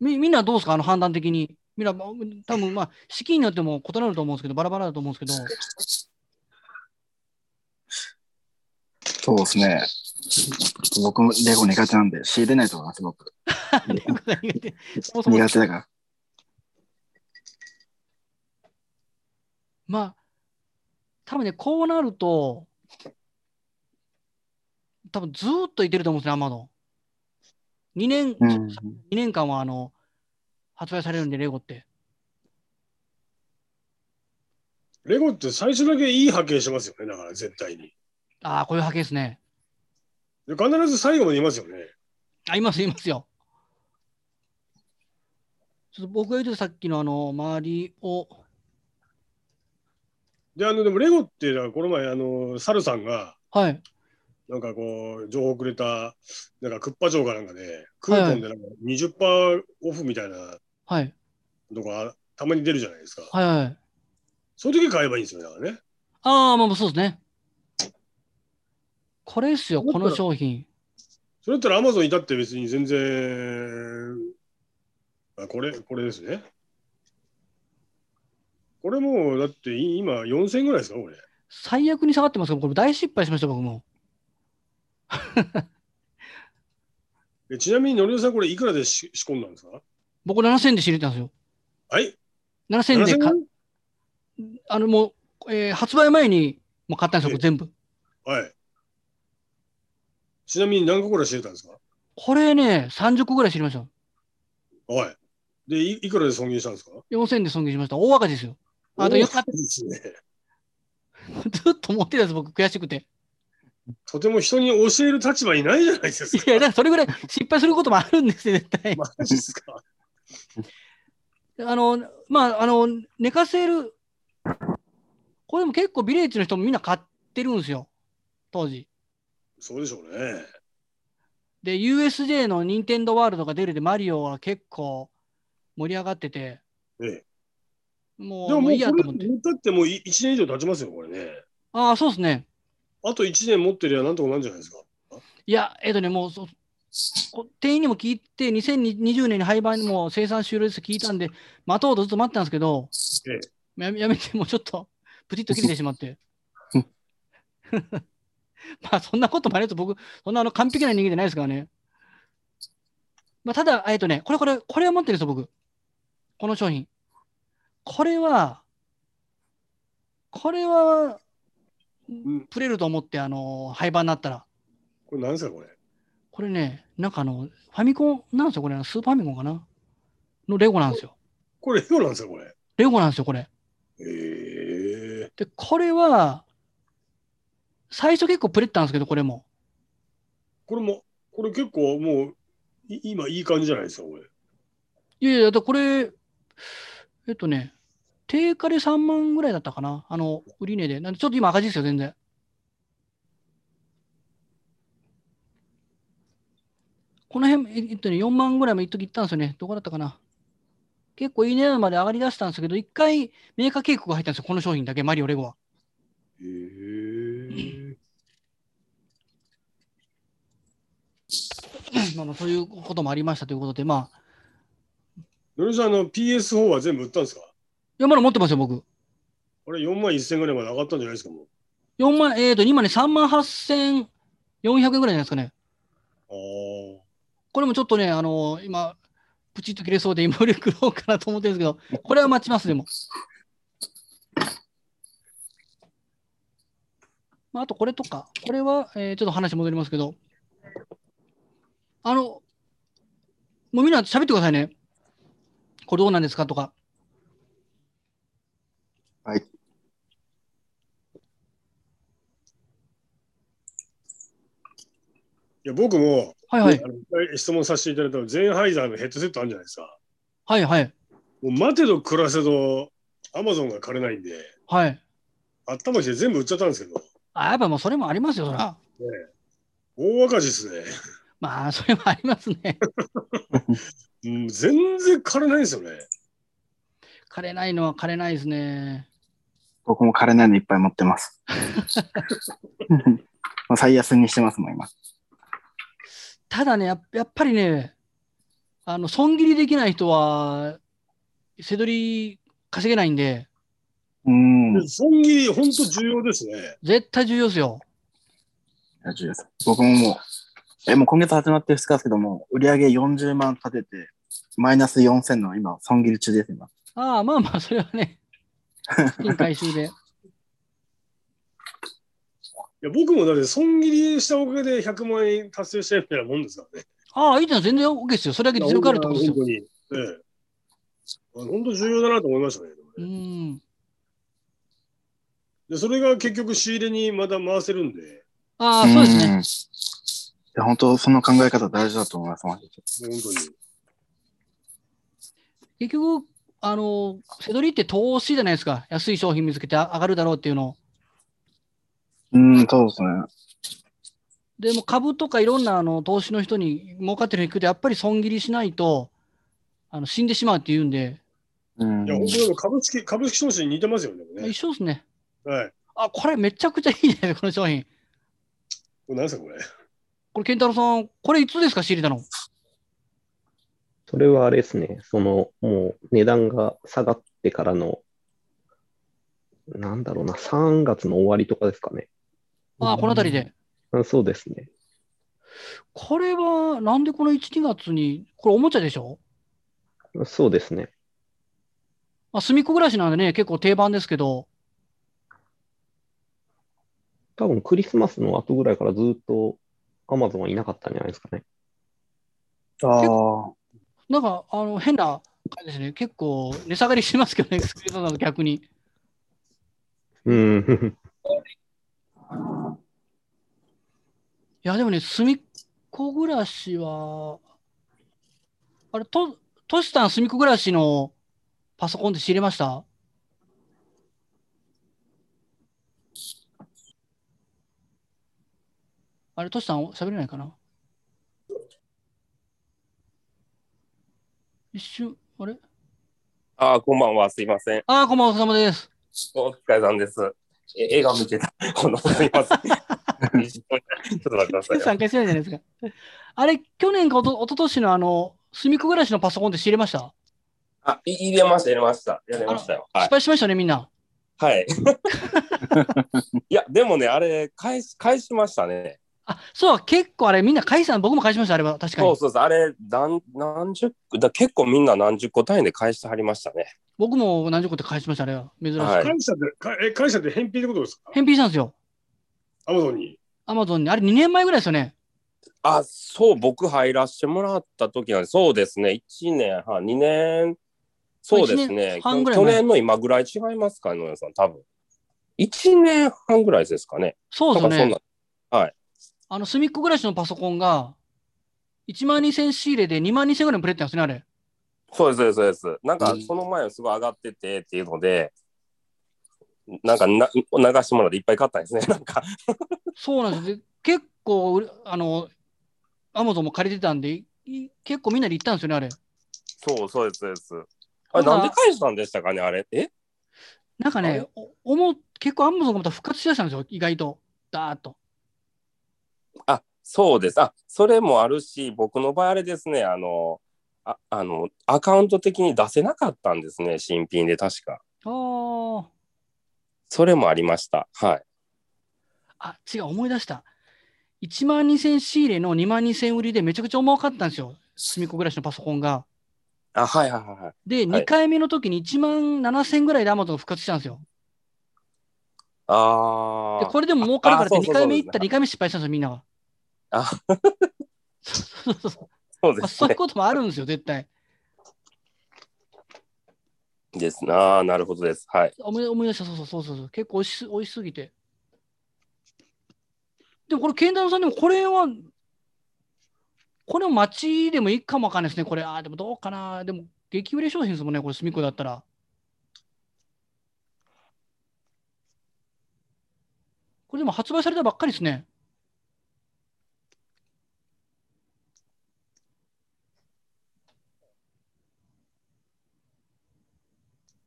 [SPEAKER 1] みみんなどうですかあの判断的に。みんな、まあ多分まあ、資金によっても異なると思うんですけど、バラバラだと思うんですけど。
[SPEAKER 6] そうですね。僕もレゴ苦手なんで、仕入れないと思います、僕。
[SPEAKER 1] そもそも
[SPEAKER 6] 苦手だから。
[SPEAKER 1] まあ、多分ね、こうなると、多分ずーっといてると思うんですね、アマゾン。2年、
[SPEAKER 6] うん
[SPEAKER 1] 2年間はあの発売されるんで、レゴって。
[SPEAKER 2] レゴって最初だけいい波形しますよね、だから絶対に。
[SPEAKER 1] ああ、こういう波形ですね。
[SPEAKER 2] で必ず最後までいますよね。
[SPEAKER 1] あ、います、いますよ。ちょっと僕が言うとさっきのあの、マリオ、
[SPEAKER 2] で、あの、でもレゴっていうのは、この前、あの、サルさんが、
[SPEAKER 1] はい、
[SPEAKER 2] なんかこう、情報くれた、なんかクッパ城かなんかで、クーポンでなんか20%オフみたいな
[SPEAKER 1] はい、
[SPEAKER 2] のがたまに出るじゃないですか。
[SPEAKER 1] はい、はい。
[SPEAKER 2] その時買えばいいんですよね、だからね。
[SPEAKER 1] ああ、まあまあそうですね。これですよ、
[SPEAKER 2] もっ
[SPEAKER 1] ことの商品。
[SPEAKER 2] それだったらアマゾンに至って別に全然、あこれ、これですね。これもう、だってい今4000円ぐらいですか、これ。
[SPEAKER 1] 最悪に下がってますけど、これ大失敗しました、僕も。
[SPEAKER 2] えちなみに、のりおさん、これいくらでし仕込んだんですか
[SPEAKER 1] 僕7000で仕入れたんですよ。
[SPEAKER 2] はい
[SPEAKER 1] 7000で
[SPEAKER 2] ?7000
[SPEAKER 1] か、あのもう、えー発売前にもう買ったんですよ、これ全部。
[SPEAKER 2] はい。ちなみに何個ぐらい知れたんですか
[SPEAKER 1] これね、30個ぐらい知りました。
[SPEAKER 2] はい。で、いいくらで損切りしたんですか
[SPEAKER 1] 4000で損切りしました。大赤字ですよ。あと
[SPEAKER 2] おー
[SPEAKER 1] よかっ
[SPEAKER 2] ですね。
[SPEAKER 1] ずっと持ってたん です、僕、悔しくて。
[SPEAKER 2] とても人に教える立場にないじゃないです
[SPEAKER 1] い
[SPEAKER 2] か。
[SPEAKER 1] や、だからそれぐらい失敗することもあるんですよ、絶対。
[SPEAKER 2] マジですか。
[SPEAKER 1] あの、まあ、あの、寝かせる。これも結構ビレッジの人もみんな買ってるんですよ、当時。
[SPEAKER 2] そうでしょうね。
[SPEAKER 1] で、USJ の任天堂ワールドが出るで、マリオは結構盛り上がってて、
[SPEAKER 2] ええ
[SPEAKER 1] も
[SPEAKER 2] で
[SPEAKER 1] うも
[SPEAKER 2] ももう
[SPEAKER 1] う
[SPEAKER 2] こ
[SPEAKER 1] いい
[SPEAKER 2] れ、
[SPEAKER 1] やと思って。
[SPEAKER 2] だってもう1年以上経ちますよ、これね。
[SPEAKER 1] ああ、そうですね。
[SPEAKER 2] あと1年持ってりゃなんとかなんじゃないですか。
[SPEAKER 1] いや、えっとね、もうそこ店員にも聞いて、2020年に廃盤にも生産終了です聞いたんで、待とうとずっと待ってたんですけど、
[SPEAKER 2] え
[SPEAKER 1] やめやめて、もうちょっと、プチッと切れてしま って。まあ、そんなこともあると、僕、そんなあの完璧な人間じゃないですからね。まあ、ただ、えっとね、これ、これ、これは持ってるんですよ、僕。この商品。これは、これは、
[SPEAKER 2] ん
[SPEAKER 1] プレると思って、あの、廃盤になったら。
[SPEAKER 2] これ何ですか、これ。
[SPEAKER 1] これね、なんかあの、ファミコンなんですよ、これ。スーパーファミコンかなのレゴなんですよ。
[SPEAKER 2] これレゴなんですか、これ。
[SPEAKER 1] レゴなんですよ、これ。
[SPEAKER 2] ええ
[SPEAKER 1] で、これは、最初結構プレったんですけど、これも。
[SPEAKER 2] これも、これ結構もう、い今いい感じじゃないですか、これ。
[SPEAKER 1] いやいや、だってこれ、えっとね、定価で3万ぐらいだったかなあの、売値で。なんで、ちょっと今赤字ですよ、全然。この辺、ええっとね、4万ぐらいまで一時行ったんですよね。どこだったかな結構いい値段まで上がりだしたんですけど、一回メーカー計画が入ったんですよ、この商品だけ、マリオレゴは。
[SPEAKER 2] ええ
[SPEAKER 1] まあまあそういうこともありましたということで、まあ、
[SPEAKER 2] のりさん、あの PS4 は全部売ったんですか
[SPEAKER 1] いや、まだ持ってますよ、僕。
[SPEAKER 2] これ4万1000ぐらいまで上がったんじゃないですか、もう。
[SPEAKER 1] 4万、えっ、と、今ね、3万8400円ぐらいじゃないですかね。
[SPEAKER 2] ああ。
[SPEAKER 1] これもちょっとね、あの今、プチッと切れそうで、今、売れ食ろうかなと思ってるんですけど、これは待ちます、でも。まあ、あと、これとか、これは、えーちょっと話戻りますけど、あの、もうみんな喋ってくださいね。これどうなんですかとか。
[SPEAKER 6] はい。
[SPEAKER 2] いや、僕も、
[SPEAKER 1] はいはい。
[SPEAKER 2] あの一回質問させていただいたのゼンハイザーのヘッドセットあるんじゃないですか。
[SPEAKER 1] はいはい。
[SPEAKER 2] もう待てど暮らせど、アマゾンが借りないんで、
[SPEAKER 1] はい。
[SPEAKER 2] 頭して全部売っちゃったんですけど、
[SPEAKER 1] あ、やっぱもうそれもありますよ、そら。
[SPEAKER 2] 大赤字ですね。
[SPEAKER 1] まあ、それもありますね。
[SPEAKER 2] うん全然借りないんですよね。
[SPEAKER 1] 枯れないのは枯れないですね。
[SPEAKER 6] 僕も枯れないのいっぱい持ってます。 まあ最安にしてますもん、今。
[SPEAKER 1] ただねやっ、やっぱりね、あの、損切りできない人は、せどり稼げないんで、
[SPEAKER 6] うん。い
[SPEAKER 2] 損切り、本当重要ですね。
[SPEAKER 1] 絶対重要ですよ。
[SPEAKER 6] や重要です僕ももう、え、もう今月始まって2日ですけども、売り上げ40万立てて、マイナス4000の今、損切り中です、今。
[SPEAKER 1] ああ、まあまあ、それはね、金回収で。
[SPEAKER 2] いや僕もだって損切りしたおかげで100万円達成したみたいなもんですからね。
[SPEAKER 1] ああ、いいじゃん、全然 OK ですよ。それだけ実力あるってことですよ。
[SPEAKER 2] 本当に。ええあ本当重要だなと思いましたね。
[SPEAKER 1] うん。
[SPEAKER 2] で、それが結局仕入れにまだ回せるんで、
[SPEAKER 1] ああ、そうですね。
[SPEAKER 6] んいや本当、その考え方大事だと思います。マジで
[SPEAKER 2] 本当に。
[SPEAKER 1] 結局、あの、セドリって投資じゃないですか。安い商品見つけてあ上がるだろうっていうのを。
[SPEAKER 6] うん、そうですね。
[SPEAKER 1] でも株とかいろんなあの投資の人に儲かってる人に聞くと、やっぱり損切りしないと、あの死んでしまうっていうんで、
[SPEAKER 6] うん
[SPEAKER 2] いや、本当でも株式、株式投資に似てますよね。でもね
[SPEAKER 1] 一緒ですね。
[SPEAKER 2] はい。こ
[SPEAKER 1] あ、これめちゃくちゃいいじゃないですか、この商品。
[SPEAKER 2] れ何ですか、これ。
[SPEAKER 1] これ、健太郎さん、これいつですか、仕入れたの。
[SPEAKER 5] それはあれですね、その、もう値段が下がってからの、なんだろうな、3月の終わりとかですかね。
[SPEAKER 1] ああ、この辺りで。
[SPEAKER 5] あそうですね。
[SPEAKER 1] これは、なんでこの1、2月に、これおもちゃでしょ
[SPEAKER 5] そうですね。
[SPEAKER 1] まあ、隅っこ暮らしなんでね、結構定番ですけど、
[SPEAKER 5] 多分クリスマスの後ぐらいからずっと Amazon はいなかったんじゃないですかね。
[SPEAKER 6] ああ。
[SPEAKER 1] なんか、あの、変な感じですね。結構、値下がりしてますけどね、 スクリーンだと逆に。
[SPEAKER 5] うん。
[SPEAKER 1] いや、でもね、隅っこ暮らしは、あれ、と、としさん隅っこ暮らしのパソコンって知りましたあれ、としさん喋れないかな一瞬、あれ
[SPEAKER 7] ああ、こんばんは、すいません。
[SPEAKER 1] ああ、こんばんは、お疲れ様です。
[SPEAKER 7] お疲れさんです。え映画見てた。この、すいません。ちょっと待ってくださいよ。
[SPEAKER 1] 参加してないじゃないですか。あれ、去年かおと一昨年のあの、隅っこ暮らしのパソコンって知りました
[SPEAKER 7] あ、い入れました、入れました。入れましたよ。は
[SPEAKER 1] 失
[SPEAKER 7] い。
[SPEAKER 1] 敗しましたね、みんな。
[SPEAKER 7] はい、いや、でもね、あれ、返し、返しましたね。
[SPEAKER 1] あ、そう、結構あれ、みんな返したの、僕も返しました、あれは、確か
[SPEAKER 7] そう
[SPEAKER 1] に。
[SPEAKER 7] そうそう、あれ、何、何十個、だ結構みんな何十個単位で返してはりましたね。
[SPEAKER 1] 僕も何十個って返しました、あれは。珍しい。
[SPEAKER 7] はい
[SPEAKER 2] 会社で、かえ会社で返品ってことですか
[SPEAKER 1] 返品したんですよ、
[SPEAKER 2] アマゾンに。
[SPEAKER 1] アマゾンに。あれ、2年前ぐらいですよね。
[SPEAKER 7] あ、そう、僕入らせてもらった時なんで、そうですね、1年半、2年、そうです
[SPEAKER 1] 一
[SPEAKER 7] ね
[SPEAKER 1] 年、半ぐらい
[SPEAKER 7] 去
[SPEAKER 1] 前
[SPEAKER 7] 年の今ぐらい違いますか、野田さん、多分。1年半ぐらいですかね。
[SPEAKER 1] そうですよ
[SPEAKER 7] なんかそん
[SPEAKER 1] ね
[SPEAKER 7] な。
[SPEAKER 1] あの、隅っこ暮らしのパソコンが、1万2000仕入れで2万2000ぐらいのプレイってたんですね、あれ。
[SPEAKER 7] そうです、そうです、そうです。なんか
[SPEAKER 6] うん、
[SPEAKER 7] その前はすごい上がっててっていうので、なんかな流してもらっていっぱい買ったんですね。なんか、
[SPEAKER 1] そうなんです。で結構、うあの、アマゾンも借りてたんで、い結構みんなで行ったんですよね、あれ。
[SPEAKER 7] そう、そうです、そうです。あれ、
[SPEAKER 1] なんか
[SPEAKER 7] なんで返したんでしたかね、あれ。え
[SPEAKER 1] なんか
[SPEAKER 7] あ
[SPEAKER 1] ね
[SPEAKER 7] れ、
[SPEAKER 1] お思う結構アマゾンがまた復活しだしたんですよ、意外と。だーっと。
[SPEAKER 7] あ、そうです。あ、それもあるし、僕の場合あれですね、あの、ああの、アカウント的に出せなかったんですね、新品で確か。
[SPEAKER 1] ああ。
[SPEAKER 7] それもありました。はい。
[SPEAKER 1] あ、違う、思い出した。1万2000仕入れの2万2000売りでめちゃくちゃ重かったんですよ。住み子暮らしのパソコンが。
[SPEAKER 7] あ、はいはいはいはい。
[SPEAKER 1] で、
[SPEAKER 7] はい
[SPEAKER 1] 2回目の時に1万7000ぐらいで Amazon 復活したんですよ。
[SPEAKER 7] あ
[SPEAKER 1] で、
[SPEAKER 7] ー
[SPEAKER 1] これでも儲かるからって
[SPEAKER 7] あそうそ
[SPEAKER 1] 2
[SPEAKER 7] うそう
[SPEAKER 1] 回目行ったら
[SPEAKER 7] そうですね
[SPEAKER 1] 2回目失敗したんですよ、みんなが。
[SPEAKER 7] あ
[SPEAKER 1] そうそうそう
[SPEAKER 7] そう
[SPEAKER 1] ま
[SPEAKER 7] で
[SPEAKER 1] あそ
[SPEAKER 7] す
[SPEAKER 1] ういう
[SPEAKER 7] ね。
[SPEAKER 1] こともあるんですよ、絶対。
[SPEAKER 7] ですなあ、なるほどです。はい。
[SPEAKER 1] 思い思い出した、そうそうそうそうそう。結構おいし美味しすぎて。でもこれ、健太郎さんでもこれは、これも街でもいいかもわかんないですね、これ。ああ、でもどうかな。でも、激売れ商品ですもんね、これ、隅っこだったら。これでも発売されたばっかりですね。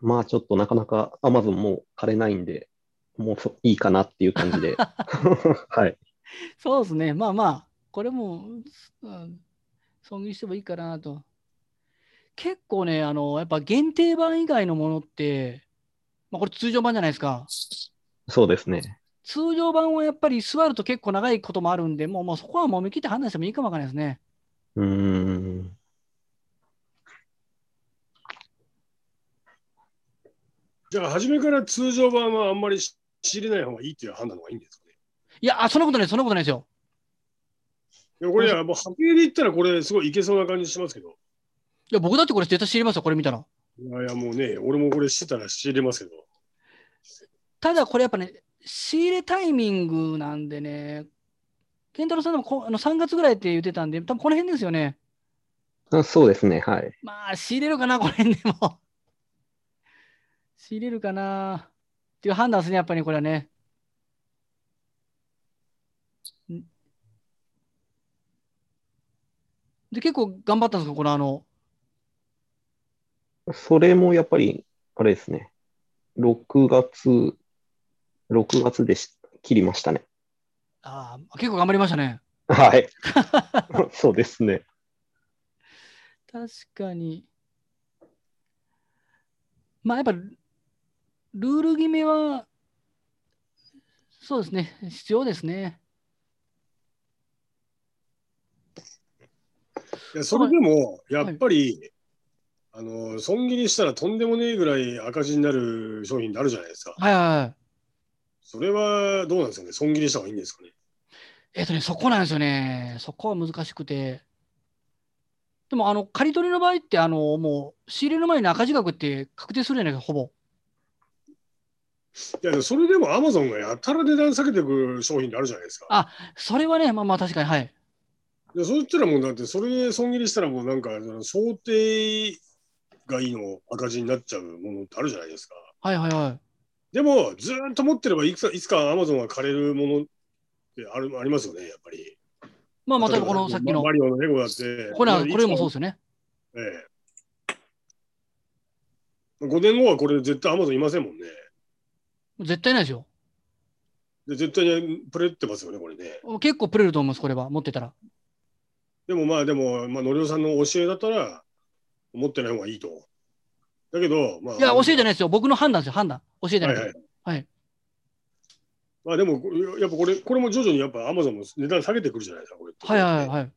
[SPEAKER 5] まあちょっとなかなか Amazon も枯れないんで、もうそいいかなっていう感じで。はい。
[SPEAKER 1] そうですね。まあまあ、これも、うん、損切りしてもいいかなと。結構ね、あの、やっぱ限定版以外のものって、まあこれ通常版じゃないですか。
[SPEAKER 5] そうですね。
[SPEAKER 1] 通常版はやっぱり座ると結構長いこともあるんで、もうもうそこはもう見切って判断してもいいかもわかんないですね。
[SPEAKER 5] うーん。
[SPEAKER 2] じゃあ、初めから通常版はあんまり仕入れない方がいいっていう判断の方がいいんですかね。
[SPEAKER 1] いや、あそんなことない、そんなことないですよ。
[SPEAKER 2] いやこれ、いやもう波形で言ったら、これ、すごいいけそうな感じしますけど。
[SPEAKER 1] いや、僕だってこれ絶対知りますよ、これ見たら。
[SPEAKER 2] いやいや、もうね、俺もこれしてたら仕入れますけど。
[SPEAKER 1] ただこれやっぱね、仕入れタイミングなんでね、健太郎さんでもこあの3月ぐらいって言ってたんで、多分この辺ですよね。
[SPEAKER 5] あそうですね、はい。
[SPEAKER 1] まあ、仕入れるかな、この辺でも。 仕入れるかなっていう判断ですね、やっぱりこれはね。んで、結構頑張ったんですか、このあの、
[SPEAKER 5] それもやっぱり、あれですね。6月、6月でし切りましたね。
[SPEAKER 1] ああ、結構頑張りましたね。
[SPEAKER 5] はい。そうですね。
[SPEAKER 1] 確かに。まあやっぱ、ルール決めは、そうですね、必要ですね。
[SPEAKER 2] いやそれでも、やっぱり、あの、損切りしたらとんでもねえぐらい赤字になる商品になるじゃないですか。
[SPEAKER 1] はいはいはい。
[SPEAKER 2] それはどうなんですかね。損切りした方がいいんですかね。
[SPEAKER 1] えっとね、そこなんですよね。そこは難しくて。でも、あの、借り取りの場合って、あの、もう、仕入れの前に赤字額って確定するじゃないですか、ほぼ。
[SPEAKER 2] いや、でもそれでもアマゾンがやたら値段下げてく商品ってあるじゃないですか。
[SPEAKER 1] あそれはね、まあまあ確かに、はい。
[SPEAKER 2] でそしたらもうだって、それで損切りしたらもうなんか、想定外の赤字になっちゃうものってあるじゃないですか。
[SPEAKER 1] はいはいはい。
[SPEAKER 2] でも、ずーっと持ってればいつか、いつかアマゾンが借りるものってあるありますよね、やっぱり。
[SPEAKER 1] まあまあ、多分このさっきの、
[SPEAKER 2] マリオのレゴだって。
[SPEAKER 1] これはこれもそうですよね。
[SPEAKER 2] ええ。5年後はこれ絶対アマゾンいませんもんね。
[SPEAKER 1] 絶対ないですよ。
[SPEAKER 2] で絶対にプレってますよね、これね。
[SPEAKER 1] 結構プレると思います、これは。持ってたら。
[SPEAKER 2] でもまあ、でも、まあ、のりおさんの教えだったら、持ってない方がいいと。だけど、まあ。
[SPEAKER 1] いや、教えじゃないですよ。僕の判断ですよ、判断。教えじゃな
[SPEAKER 2] はいい
[SPEAKER 1] です
[SPEAKER 2] はい。
[SPEAKER 1] はい。
[SPEAKER 2] まあでも、やっぱこれ、これも徐々にやっぱアマゾンも値段下げてくるじゃないですか、これって。
[SPEAKER 1] はいはいはい。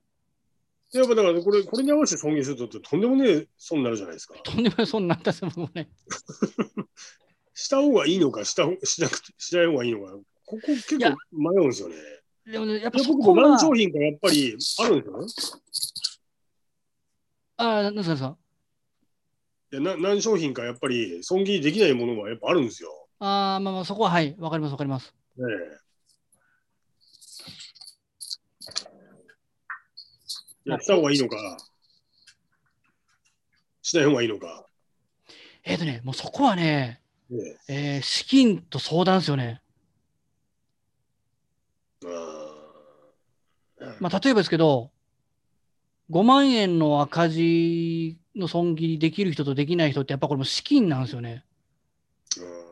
[SPEAKER 2] やっぱだから、これ、これに合わせて損切りすると、とんでもねえ損になるじゃないですか。
[SPEAKER 1] とんでもない、そんなんだったですもんね。
[SPEAKER 2] した方がいいのか、した、しなくて、しない方がいいのか、ここ結
[SPEAKER 1] いや
[SPEAKER 2] 構迷うんですよね。
[SPEAKER 1] でもね、やっぱ
[SPEAKER 2] いや
[SPEAKER 1] そ
[SPEAKER 2] 僕
[SPEAKER 1] こ
[SPEAKER 2] も
[SPEAKER 1] が
[SPEAKER 2] 何、商品かやっぱりあるんですよ。
[SPEAKER 1] あなんですか、なんですか。
[SPEAKER 2] いやな何商品かやっぱり損切りできないものはやっぱあるんですよ。
[SPEAKER 1] あーまあまあ、そこははい、わかります、わかります。
[SPEAKER 2] ねえ。いやった方がいいのか、しない方がいいのか。
[SPEAKER 1] えっ、とね、もうそこはね、
[SPEAKER 2] ね
[SPEAKER 1] えー資金と相談ですよね。
[SPEAKER 2] えあ
[SPEAKER 1] まあ、例えばですけど、5万円の赤字の損切りできる人とできない人って、やっぱこれも資金なんですよね。
[SPEAKER 2] ーうん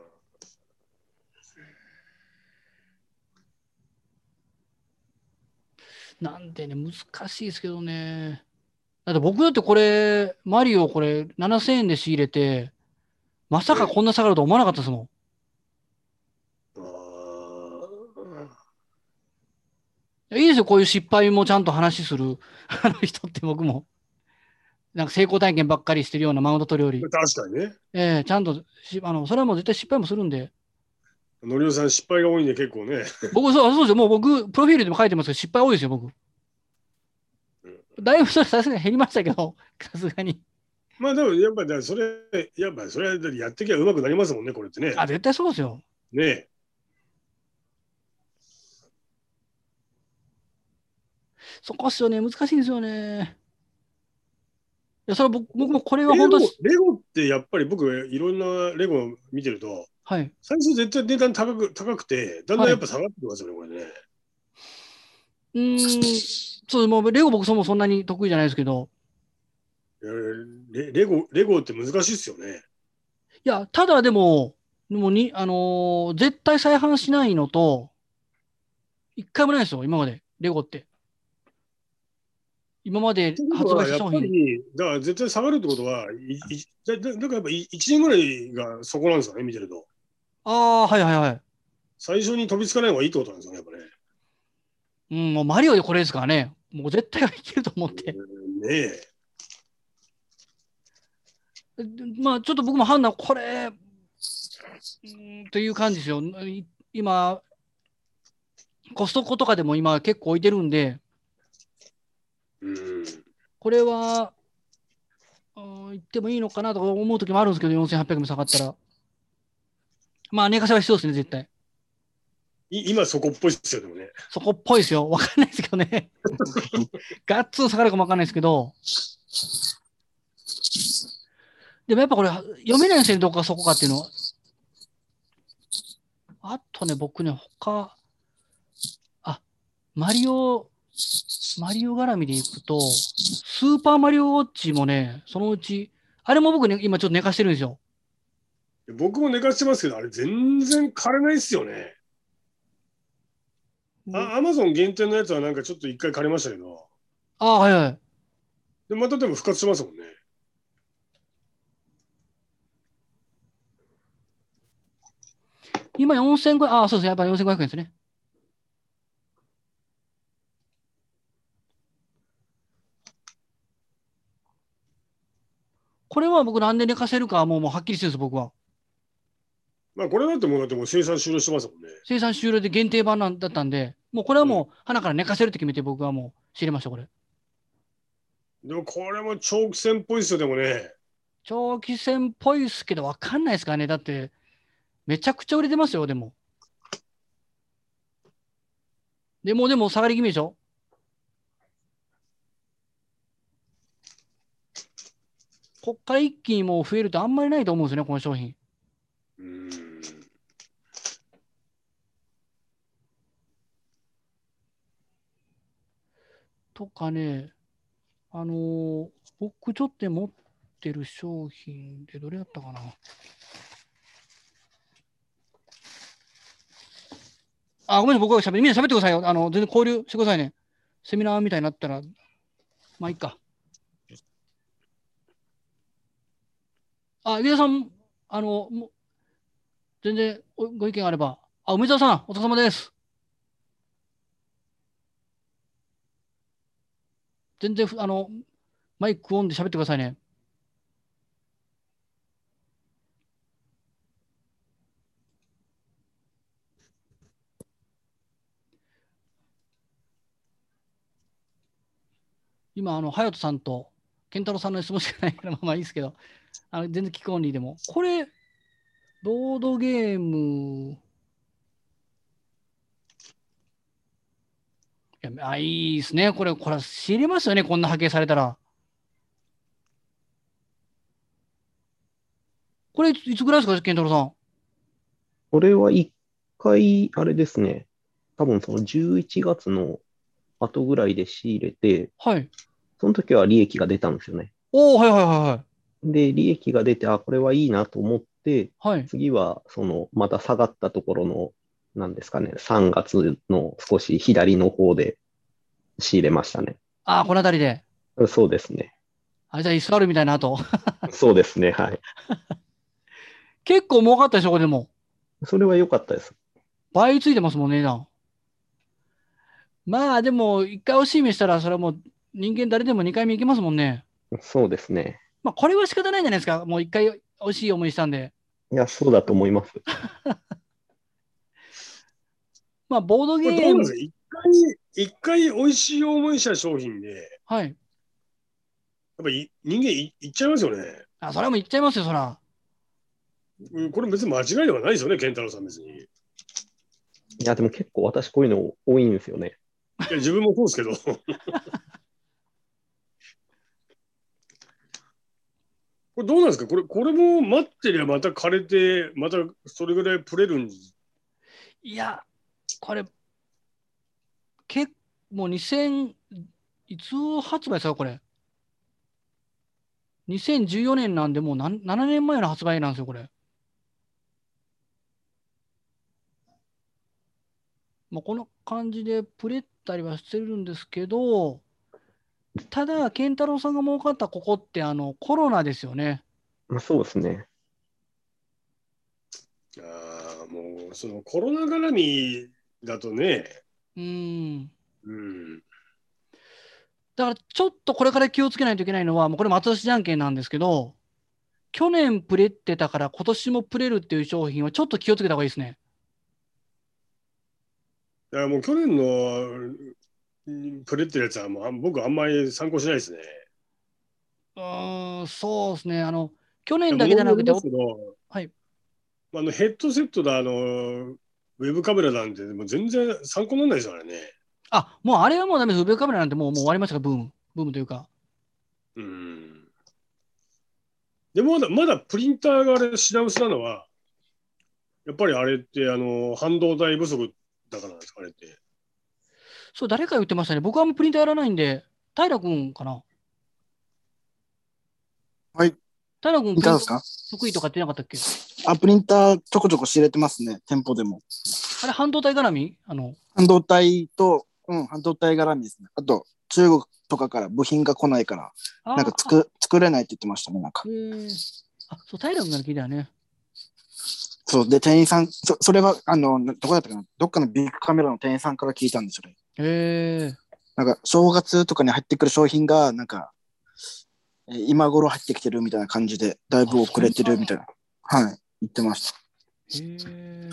[SPEAKER 1] なんでね、難しいですけどね。だって僕だってこれ、マリオこれ7000円で仕入れて、まさかこんな下がると思わなかったですもん。
[SPEAKER 2] あー
[SPEAKER 1] いいですよ、こういう失敗もちゃんと話する あの人って僕も。なんか成功体験ばっかりしてるようなマウント取るより、
[SPEAKER 2] 確かにね。
[SPEAKER 1] ええちゃんとしあの、それはもう絶対失敗もするんで、
[SPEAKER 2] のりおさん失敗が多いんで結構ね。
[SPEAKER 1] 僕、そうそうですよ、もう僕、プロフィールでも書いてますけど、失敗多いですよ、僕。だいぶそれさすがに減りましたけど、 さすがに。
[SPEAKER 2] まあでもやっぱりそれ、やっぱそれやってきゃうまくなりますもんね、これってね。
[SPEAKER 1] あ、絶対そうですよ。
[SPEAKER 2] ねえ。
[SPEAKER 1] そこっすよね、難しいんですよね。いや、それは僕僕もこれは
[SPEAKER 2] レ
[SPEAKER 1] 本
[SPEAKER 2] ゴ
[SPEAKER 1] 当に、
[SPEAKER 2] レゴってやっぱり僕いろんなレゴ見てると、
[SPEAKER 1] はい。
[SPEAKER 2] 最初絶対値段高く高くて、だんだんやっぱ下がってきますよね、これね。
[SPEAKER 1] うーん、そう、もうレゴ僕そもそんなに得意じゃないですけど、
[SPEAKER 2] いやレレゴレゴって難しいですよね。
[SPEAKER 1] いや、ただでも、もうに、あのー絶対再販しないのと、一回もないですよ、今まで、レゴって。今まで発売した
[SPEAKER 2] や
[SPEAKER 1] 商
[SPEAKER 2] っぱ
[SPEAKER 1] 品。
[SPEAKER 2] り、だから絶対下がるってことは、いいだだだからやっぱ1年ぐらいがそこなんですよね、見てると。
[SPEAKER 1] ああ、はいはいはい。
[SPEAKER 2] 最初に飛びつかない方がいいってことなんですよね、やっぱね。
[SPEAKER 1] うん、もうマリオでこれですからね。もう絶対いけると思 って。
[SPEAKER 2] ねえ。
[SPEAKER 1] まあ、ちょっと僕も判断、これ、うーん、という感じですよ。い今、コストコとかでも今結構置いてるんで、
[SPEAKER 2] うん。
[SPEAKER 1] これは、うん、行ってもいいのかなとか思う時もあるんですけど、4800も下がったら。まあ、寝かせは必要ですね、絶対。
[SPEAKER 2] い今そこっぽいっすよ、でもね。
[SPEAKER 1] そこっぽいですよ。わかんないですけどね。ガッツン下がるかもわかんないですけど。でもやっぱこれ、読めないんですよね、どこかそこかっていうのは。あとね、僕ね、他、あ、マリオ、マリオ絡みでいくと、スーパーマリオウォッチもね、そのうち、あれも僕ね、今ちょっと寝かしてるんですよ。
[SPEAKER 2] 僕も寝かしてますけど、あれ全然枯れないっすよね。あアマゾン限定のやつはなんかちょっと一回枯れましたけど、
[SPEAKER 1] あはいはい。
[SPEAKER 2] でまたでも復活しますもんね。
[SPEAKER 1] 今4500、あそうですね、やっぱり4500円ですね。これは僕なんで寝かせるかはもうもうはっきりしてるんです、僕は。
[SPEAKER 2] まあこれだってもうだってもう生産終了してますもんね。
[SPEAKER 1] 生産終了で限定版なんだったんで、もうこれはもう、花から寝かせるって決めて僕はもう知りました、これ。
[SPEAKER 2] でもこれも長期戦っぽいっすよ、でもね。
[SPEAKER 1] 長期戦っぽいっすけど、わかんないですからね。だって、めちゃくちゃ売れてますよ、でも。でも、でも、下がり気味でしょこっから一気にもう増えるとあんまりないと思うんですよね、この商品。
[SPEAKER 2] うーん。
[SPEAKER 1] とかね、あのー僕ちょっと持ってる商品でどれやったかな。あ、ごめんなさい、僕は喋り、みんな喋ってくださいよ。あの、全然交流してくださいね。セミナーみたいになったら、まあいいか。あ、池田さん、あの、もう全然おご意見あれば。あ、梅沢さん、お疲れ様です。全然ふ、あの、マイクオンで喋ってくださいね。今、あの、隼人さんと健太郎さんの質問しかないから、まあまあいいですけど、あの全然聞くオンリーでも。これ、ロードゲーム。いやあいいですね。これ、これ、知りますよね。こんな波形されたら。これ、いついつぐらいですか、健太郎さん。
[SPEAKER 5] これは一回、あれですね、多分その11月の後ぐらいで仕入れて、
[SPEAKER 1] はい。
[SPEAKER 5] その時は利益が出たんですよね。
[SPEAKER 1] おおはいはいは
[SPEAKER 5] で、利益が出て、あ、これはいいなと思って、
[SPEAKER 1] いはい。はい。
[SPEAKER 5] 次は、その、また下がったところの、なんですかね、3月の少し左の方で仕入れましたね。
[SPEAKER 1] ああ、この辺りで。
[SPEAKER 5] そうですね。
[SPEAKER 1] あれじゃあ、イスラルみたいなと。
[SPEAKER 5] そうですね。はい。
[SPEAKER 1] 結構儲かったでしょ、これでも。
[SPEAKER 5] それは良かったです。
[SPEAKER 1] 倍ついてますもんね、値段。まあでも、一回惜しい目したら、それはもう人間誰でも二回目いけますもんね。
[SPEAKER 5] そうですね。
[SPEAKER 1] まあこれは仕方ないじゃないですか。もう一回惜しい思いしたんで。
[SPEAKER 5] いや、そうだと思います。
[SPEAKER 1] まあボード
[SPEAKER 2] こ
[SPEAKER 1] ゲ
[SPEAKER 2] れどう
[SPEAKER 1] ー
[SPEAKER 2] なん
[SPEAKER 1] ム
[SPEAKER 2] です。か一回、一回美味しい思いした商品で、やっ
[SPEAKER 1] はい。
[SPEAKER 2] ぱり人間いいっちゃいますよね。
[SPEAKER 1] あ、それはもう言っちゃいますよ、そら。
[SPEAKER 2] うんこれ別に間違いではないですよね、健太郎さん別に。い
[SPEAKER 5] いや、でも結構私こういうの多いんですよね。
[SPEAKER 2] や、自分もそうですけど。 これどうなんですかこれ、これも待ってりゃまた枯れて、またそれぐらいプレるん
[SPEAKER 1] いや、これ、結もう2000、いつ発売さ、これ。2014年なんで、もうなん7年前の発売なんですよ、これ。まあ、この感じでプレったりはしてるんですけど、ただ、健太郎さんが儲かったここってあのコロナですよね。
[SPEAKER 5] まあ、そうですね。
[SPEAKER 2] ああ、もう、そのコロナ絡みだとね、
[SPEAKER 1] うん。
[SPEAKER 2] うん。
[SPEAKER 1] だからちょっとこれから気をつけないといけないのは、もうこれ松田じゃんけんなんですけど、去年プレってたから今年もプレるっていう商品はちょっと気をつけた方がいいですね。
[SPEAKER 2] だからもう去年のうんプレってるやつはもうあん僕あんまり参考しないですね。
[SPEAKER 1] うーん、そうですね。あの、去年だけじゃなくて、
[SPEAKER 2] 僕も思いますけど
[SPEAKER 1] はい。
[SPEAKER 2] あのヘッドセットだ、あの、ウェブカメラなんて、もう全然参考にならないですからね。
[SPEAKER 1] あ、もうあれはもうダメです。ウェブカメラなんてもうもう終わりましたか、ブーム。ブームというか。
[SPEAKER 2] うん。でもまだ、まだプリンターがあれ品薄なのは、やっぱりあれって、あの、半導体不足だからなんですか、あれって。
[SPEAKER 1] そう、誰か言ってましたね。僕はもうプリンターやらないんで、平君かな。
[SPEAKER 6] はい。
[SPEAKER 1] 平君、
[SPEAKER 6] いかがですか
[SPEAKER 1] 得意とかってなかったっけ
[SPEAKER 6] あ、プリンターちょこちょこ仕入れてますね、店舗でも。
[SPEAKER 1] あれ、半導体絡みあの、
[SPEAKER 6] 半導体と、うん、半導体絡みですね。あと、中国とかから部品が来ないから、
[SPEAKER 1] あー
[SPEAKER 6] なんか作作れないって言ってましたね、なんか
[SPEAKER 1] へ。ーあ、そう、平君から聞いたよね。
[SPEAKER 6] そう、で、店員さん、そそれは、あの、などこだったかな、どっかのビッグカメラの店員さんから聞いたんですよね。
[SPEAKER 1] へえ。
[SPEAKER 6] なんか、正月とかに入ってくる商品が、なんか、えー今頃入ってきてるみたいな感じで、だいぶ遅れてるみたいな、はい、言ってました。
[SPEAKER 1] へえ。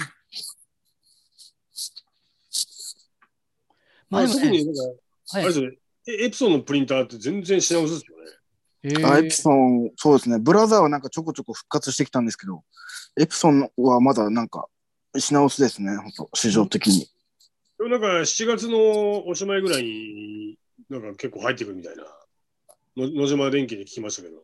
[SPEAKER 1] ま
[SPEAKER 2] ま
[SPEAKER 1] あ
[SPEAKER 2] あ、
[SPEAKER 1] でも
[SPEAKER 2] 特に
[SPEAKER 1] ね、
[SPEAKER 2] なんか、あ
[SPEAKER 1] はい
[SPEAKER 2] れですよね、エエプソンのプリンターって全然品薄ですよね。
[SPEAKER 1] へ
[SPEAKER 6] あエプ
[SPEAKER 1] ー
[SPEAKER 6] ソン、そうですね、ブラザーはなんかちょこちょこ復活してきたんですけど、エプソンはまだなんか、品薄ですね、ほんと市場的に。
[SPEAKER 2] でもなんか7月のおしまいぐらいになんか結構入ってくるみたいな。の野島電機で聞きましたけど。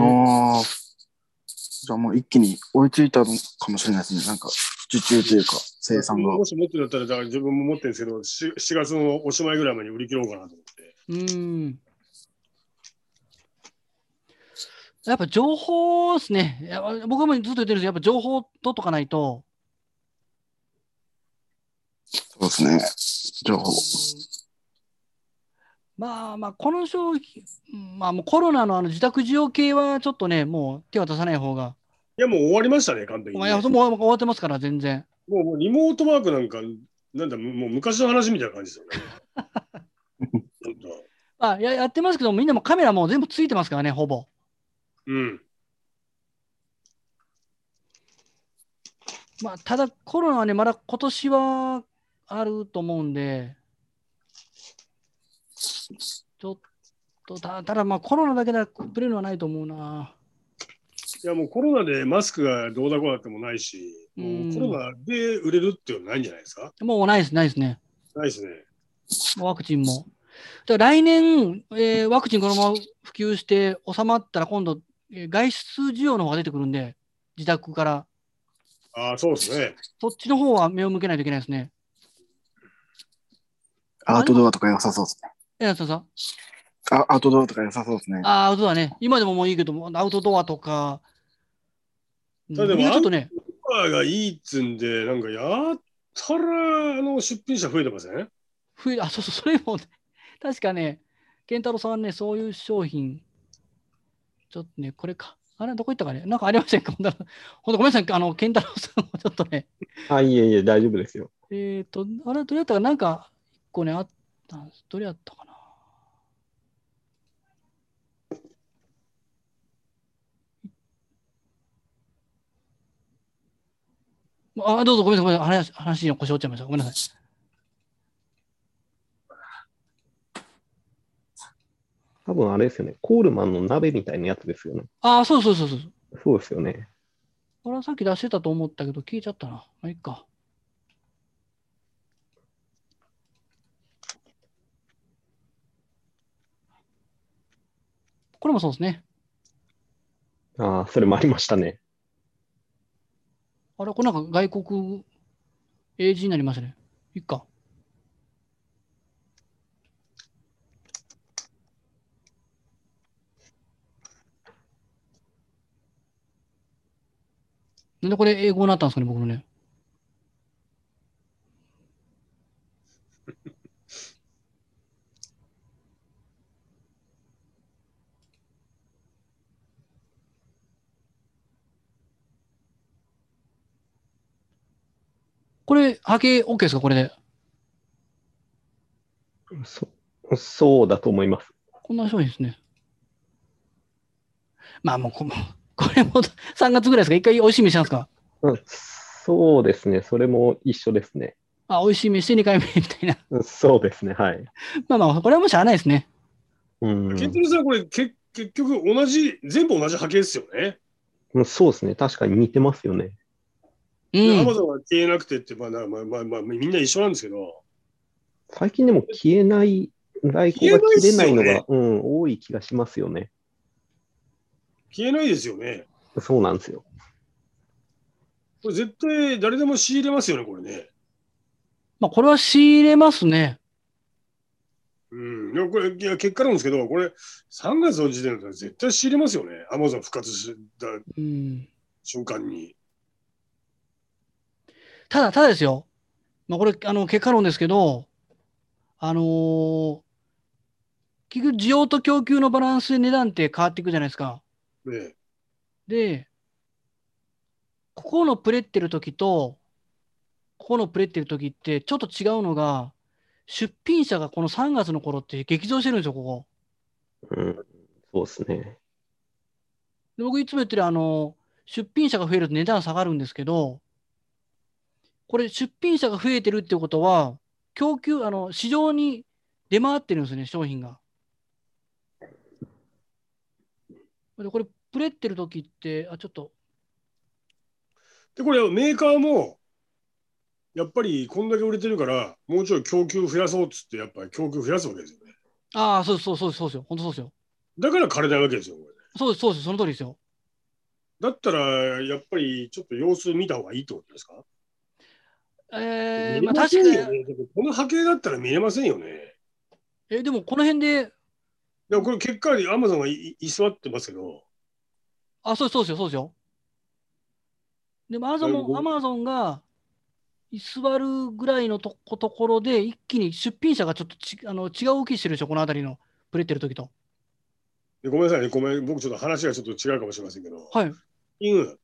[SPEAKER 6] ああ。じゃあもう一気に追いついたのかもしれないですね。なんか、受注というか、生産が
[SPEAKER 2] も。し持ってるんだったら、だから自分も持ってるんですけど、し7月のおしまいぐらいまでに売り切ろうかなと思って。
[SPEAKER 1] うん。やっぱ情報ですね。いや僕もずっと言ってるんですけど、やっぱ情報取っとかないと、
[SPEAKER 6] そうですね。情報。
[SPEAKER 1] まあまあ、この商品、まあもうコロナのあの自宅需要系はちょっとね、もう手は出さない方が、
[SPEAKER 2] いや、もう終わりましたね、完璧に、
[SPEAKER 1] まあ、い
[SPEAKER 2] ね
[SPEAKER 1] やもうもう終わってますから、全然。
[SPEAKER 2] もう。もうリモートワークなんか、なんだ、もう昔の話みたいな感じですよね。 本当
[SPEAKER 1] あややってますけど、みんなもうカメラもう全部ついてますからね、ほぼ。
[SPEAKER 2] うん。
[SPEAKER 1] まあ、ただコロナはね、まだ今年はあると思うんで、ちょっと、たただまあコロナだけだとブレるのはないと思うな。
[SPEAKER 2] いや、もうコロナでマスクがどうだこうだってもないし、もうコロナで売れるっていうのはないんじゃないですか
[SPEAKER 1] もうないです、ないですね。
[SPEAKER 2] ないですね。
[SPEAKER 1] もうワクチンも。じゃあ来年、えーワクチンこのまま普及して収まったら、今度、えー外出需要の方が出てくるんで、自宅から、
[SPEAKER 2] ああ、そうですね。
[SPEAKER 1] そっちの方は目を向けないといけないですね。
[SPEAKER 6] アウトドアとか良さそうですね。
[SPEAKER 1] えなつさん
[SPEAKER 6] あアウトドアとか良さそうですね。
[SPEAKER 1] あーアウトドアね。今でももういいけども、アウトドアとか。うん
[SPEAKER 2] ただでも
[SPEAKER 1] 今ちょっとね、
[SPEAKER 2] パワーがいいっつんで、なんかやったら、あの、出品者増えてません
[SPEAKER 1] 冬あ、そうそう、それもね、 確かね、健太郎さんはね、そういう商品、ちょっとね、これか。あれ、どこ行ったかねなんかありませんか ほんとほんとごめんなさい、あの、健太郎さんもちょっとね、
[SPEAKER 5] あ、いえいえ、大丈夫ですよ。
[SPEAKER 1] えっ、と、あれ、どれやったかなんか、一個ね、あったんです。どれやったかなあ、どうぞ、ごめんなさい、ごめんなさい。話、話に腰折っちゃいました。ごめんなさい。
[SPEAKER 5] 多分あれですよね。コールマンの鍋みたいなやつですよね。
[SPEAKER 1] あ、そうそうそうそう。
[SPEAKER 5] そうですよね。
[SPEAKER 1] これはさっき出してたと思ったけど、消えちゃったな。まあ、いっか。これもそうですね。
[SPEAKER 5] ああ、それもありましたね。
[SPEAKER 1] あれ、これなんか外国、英字になりましたね。いっか。なんでこれ英語になったんですかね、僕のね。これ、波形 OK ですか、これで。
[SPEAKER 5] そそうだと思います。
[SPEAKER 1] こんな商品ですね。まあもうこ、これも3月ぐらいですか一回美味しい飯なんですか
[SPEAKER 5] うん、そうですね。それも一緒ですね。
[SPEAKER 1] あ、美味しい飯2回目みたいな。
[SPEAKER 5] うんそうですね。はい。
[SPEAKER 1] まあまあ、これはもうしゃあないですね。
[SPEAKER 5] うん。
[SPEAKER 2] ケントリーさん、これ、け結局、同じ、全部同じ波形ですよね。
[SPEAKER 5] うんそうですね。確かに似てますよね。
[SPEAKER 1] うん
[SPEAKER 2] アマゾンが消えなくてって、まあ、なまあ、まあ、まあ、みんな一緒なんですけど、
[SPEAKER 5] 最近でも消えない、在庫が切れないのが、うん、多い気がしますよね。
[SPEAKER 2] 消えないですよね。
[SPEAKER 5] そうなんですよ。
[SPEAKER 2] これ絶対誰でも仕入れますよね、これね。
[SPEAKER 1] まあ、これは仕入れますね。
[SPEAKER 2] うん。でもこれ、いや、結果なんですけど、これ、3月の時点だったら絶対仕入れますよね。アマゾン復活した
[SPEAKER 1] うん。
[SPEAKER 2] 瞬間に。
[SPEAKER 1] ただ、ただですよ。まあ、これ、あの、結果論ですけど、あのー結局、需要と供給のバランスで値段って変わっていくじゃないですか。
[SPEAKER 2] ね。
[SPEAKER 1] で、ここのプレってる時と、ここのプレってる時って、ちょっと違うのが、出品者がこの3月の頃って激増してるんですよ、ここ。
[SPEAKER 5] うん、そうですね。
[SPEAKER 1] で僕いつも言ってるあの出品者が増えると値段下がるんですけどこれ出品者が増えてるってことは供給あの市場に出回ってるんですね商品が。でこれプレってる時ってあちょっと
[SPEAKER 2] で、これ、メーカーも、やっぱりこんだけ売れてるから、もうちょい供給増やそうっつって、やっぱり供給増やすわけですよね。
[SPEAKER 1] ああそうですそうですそうですそうですよ本当そうですよ
[SPEAKER 2] だから枯れないわけですよ、これ。
[SPEAKER 1] そうですそうですその通りですよ。
[SPEAKER 2] だったら、やっぱりちょっと様子見た方がいいってことですか
[SPEAKER 1] えー
[SPEAKER 2] 見
[SPEAKER 1] ま
[SPEAKER 2] れ
[SPEAKER 1] あ、確
[SPEAKER 2] せんよ
[SPEAKER 1] かに、
[SPEAKER 2] ねでもこの波形だったら見れませんよね。
[SPEAKER 1] えでもこの辺で
[SPEAKER 2] でもこれ結果アマゾンがい居座ってますけど、
[SPEAKER 1] あ、そうですそうですよ、そうですよ。でも、アマゾン
[SPEAKER 2] だいぶ
[SPEAKER 1] も、アマゾンが居座るぐらいのとこところで、一気に出品者がちょっとちあの違う動きしてるでしょ、この辺りのプレってる時と。
[SPEAKER 2] でごめんなさいね、ごめん、僕ちょっと話がちょっと違うかもしれませんけど、
[SPEAKER 1] はい。
[SPEAKER 2] 今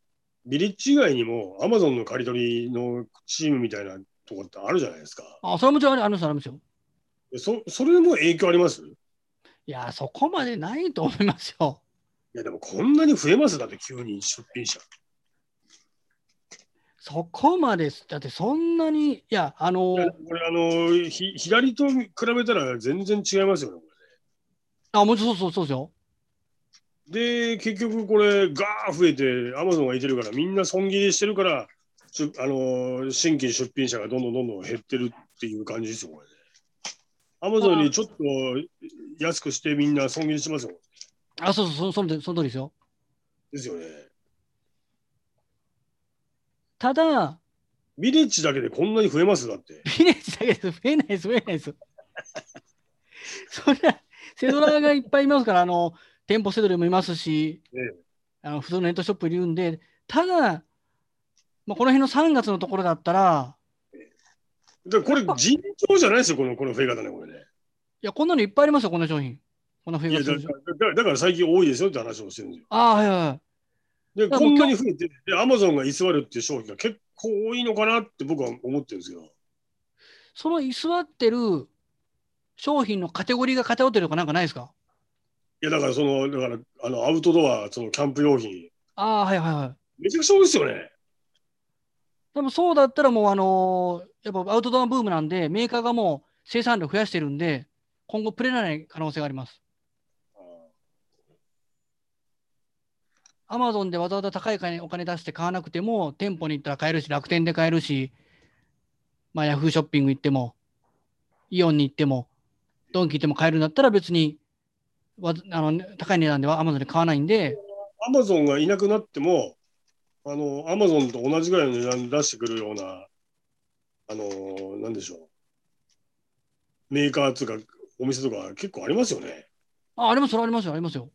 [SPEAKER 2] ビリッジ以外にもアマゾンの刈り取りのチームみたいなとこってあるじゃないですか。
[SPEAKER 1] あ、それはもちろんありあるんですよ、あるんですよ。
[SPEAKER 2] でそそれも影響ありますい
[SPEAKER 1] いや、そこまでないと思いますよ。
[SPEAKER 2] や、でもこんなに増えますだって急に出品者。
[SPEAKER 1] そこまで、だってそんなに、いや、あの
[SPEAKER 2] いや、これあのひ、左と比べたら全然違いますよね。こ
[SPEAKER 1] あ、もちろんそうそうそうですよ。
[SPEAKER 2] れで、結局これ、ガー増えて、アマゾンがいてるから、みんな損切りしてるから、しゅあの新規出品者がどんどんどんどん減ってるっていう感じですよ、これね。アマゾンにちょっと安くしてみんな損切りしますよ。
[SPEAKER 1] あ、そうそう、そのそのその通りですよ。
[SPEAKER 2] ですよね。
[SPEAKER 1] ただ、
[SPEAKER 2] ビレッジだけでこんなに増えますだって。
[SPEAKER 1] ビレッジだけです。増えないです、増えないです。そりゃ、セドラがいっぱいいますから、あの、店舗セドラもいますし、
[SPEAKER 2] ええ
[SPEAKER 1] あの普通のネットショップいるんで、ただ、まあ、この辺の3月のところだったら、
[SPEAKER 2] でこれ、尋常じゃないですよ、このこの増え方ね、これね。
[SPEAKER 1] いや、こんなのいっぱいありますよ、こんな商品。こんな増え
[SPEAKER 2] いや
[SPEAKER 1] 方す
[SPEAKER 2] だ
[SPEAKER 1] る
[SPEAKER 2] だ
[SPEAKER 1] 商品
[SPEAKER 2] だだから最近多いですよって話をしてるんですよ。
[SPEAKER 1] ああ、はいはいはい。
[SPEAKER 2] で、
[SPEAKER 1] から
[SPEAKER 2] こ
[SPEAKER 1] もうん
[SPEAKER 2] なに増えて、で、アマゾンが居座るっていう商品が結構多いのかなって僕は思ってるんですけど、
[SPEAKER 1] その居座ってる商品のカテゴリーが偏ってるとかなんかないですか
[SPEAKER 2] いや、だからその、だから、あの、アウトドア、そのキャンプ用品、
[SPEAKER 1] ああ、はいはいはい。
[SPEAKER 2] めちゃくちゃ多いですよね。
[SPEAKER 1] でもそうだったらもう、あのーやっぱアウトドアブームなんで、メーカーがもう生産量増やしてるんで、今後プレらない可能性があります。アマゾンでわざわざ高い金お金出して買わなくても、店舗に行ったら買えるし、楽天で買えるし、まあ、ヤフーショッピング行っても、イオンに行っても、ドンキ行っても買えるんだったら別に、わざあの高い値段ではアマゾンで買わないんで、
[SPEAKER 2] アマゾンがいなくなっても、あの、アマゾンと同じぐらいの値段出してくるような、あの、なんでしょう。メーカーとか、お店とか結構ありますよね。
[SPEAKER 1] あ、ありますよ、ありますよ、ありますよ。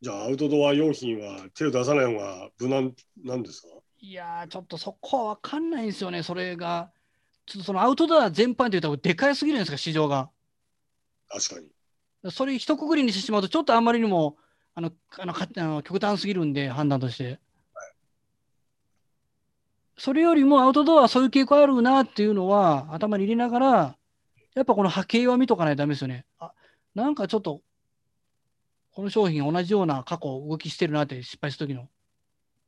[SPEAKER 2] じゃあ、アウトドア用品は手を出さない方が無難なんですか
[SPEAKER 1] いやー、ちょっとそこは分かんないんですよね、それが。ちょっとそのアウトドア全般って言ったら、でかいすぎるじゃないですか、市場が。
[SPEAKER 2] 確かに。
[SPEAKER 1] それ一括りにしてしまうと、ちょっとあんまりにも、あの、あの、かあの極端すぎるんで、判断として。それよりもアウトドアはそういう傾向あるなっていうのは頭に入れながら、やっぱこの波形は見とかないとダメですよね。あ、なんかちょっと、この商品同じような過去動きしてるなって失敗した時の。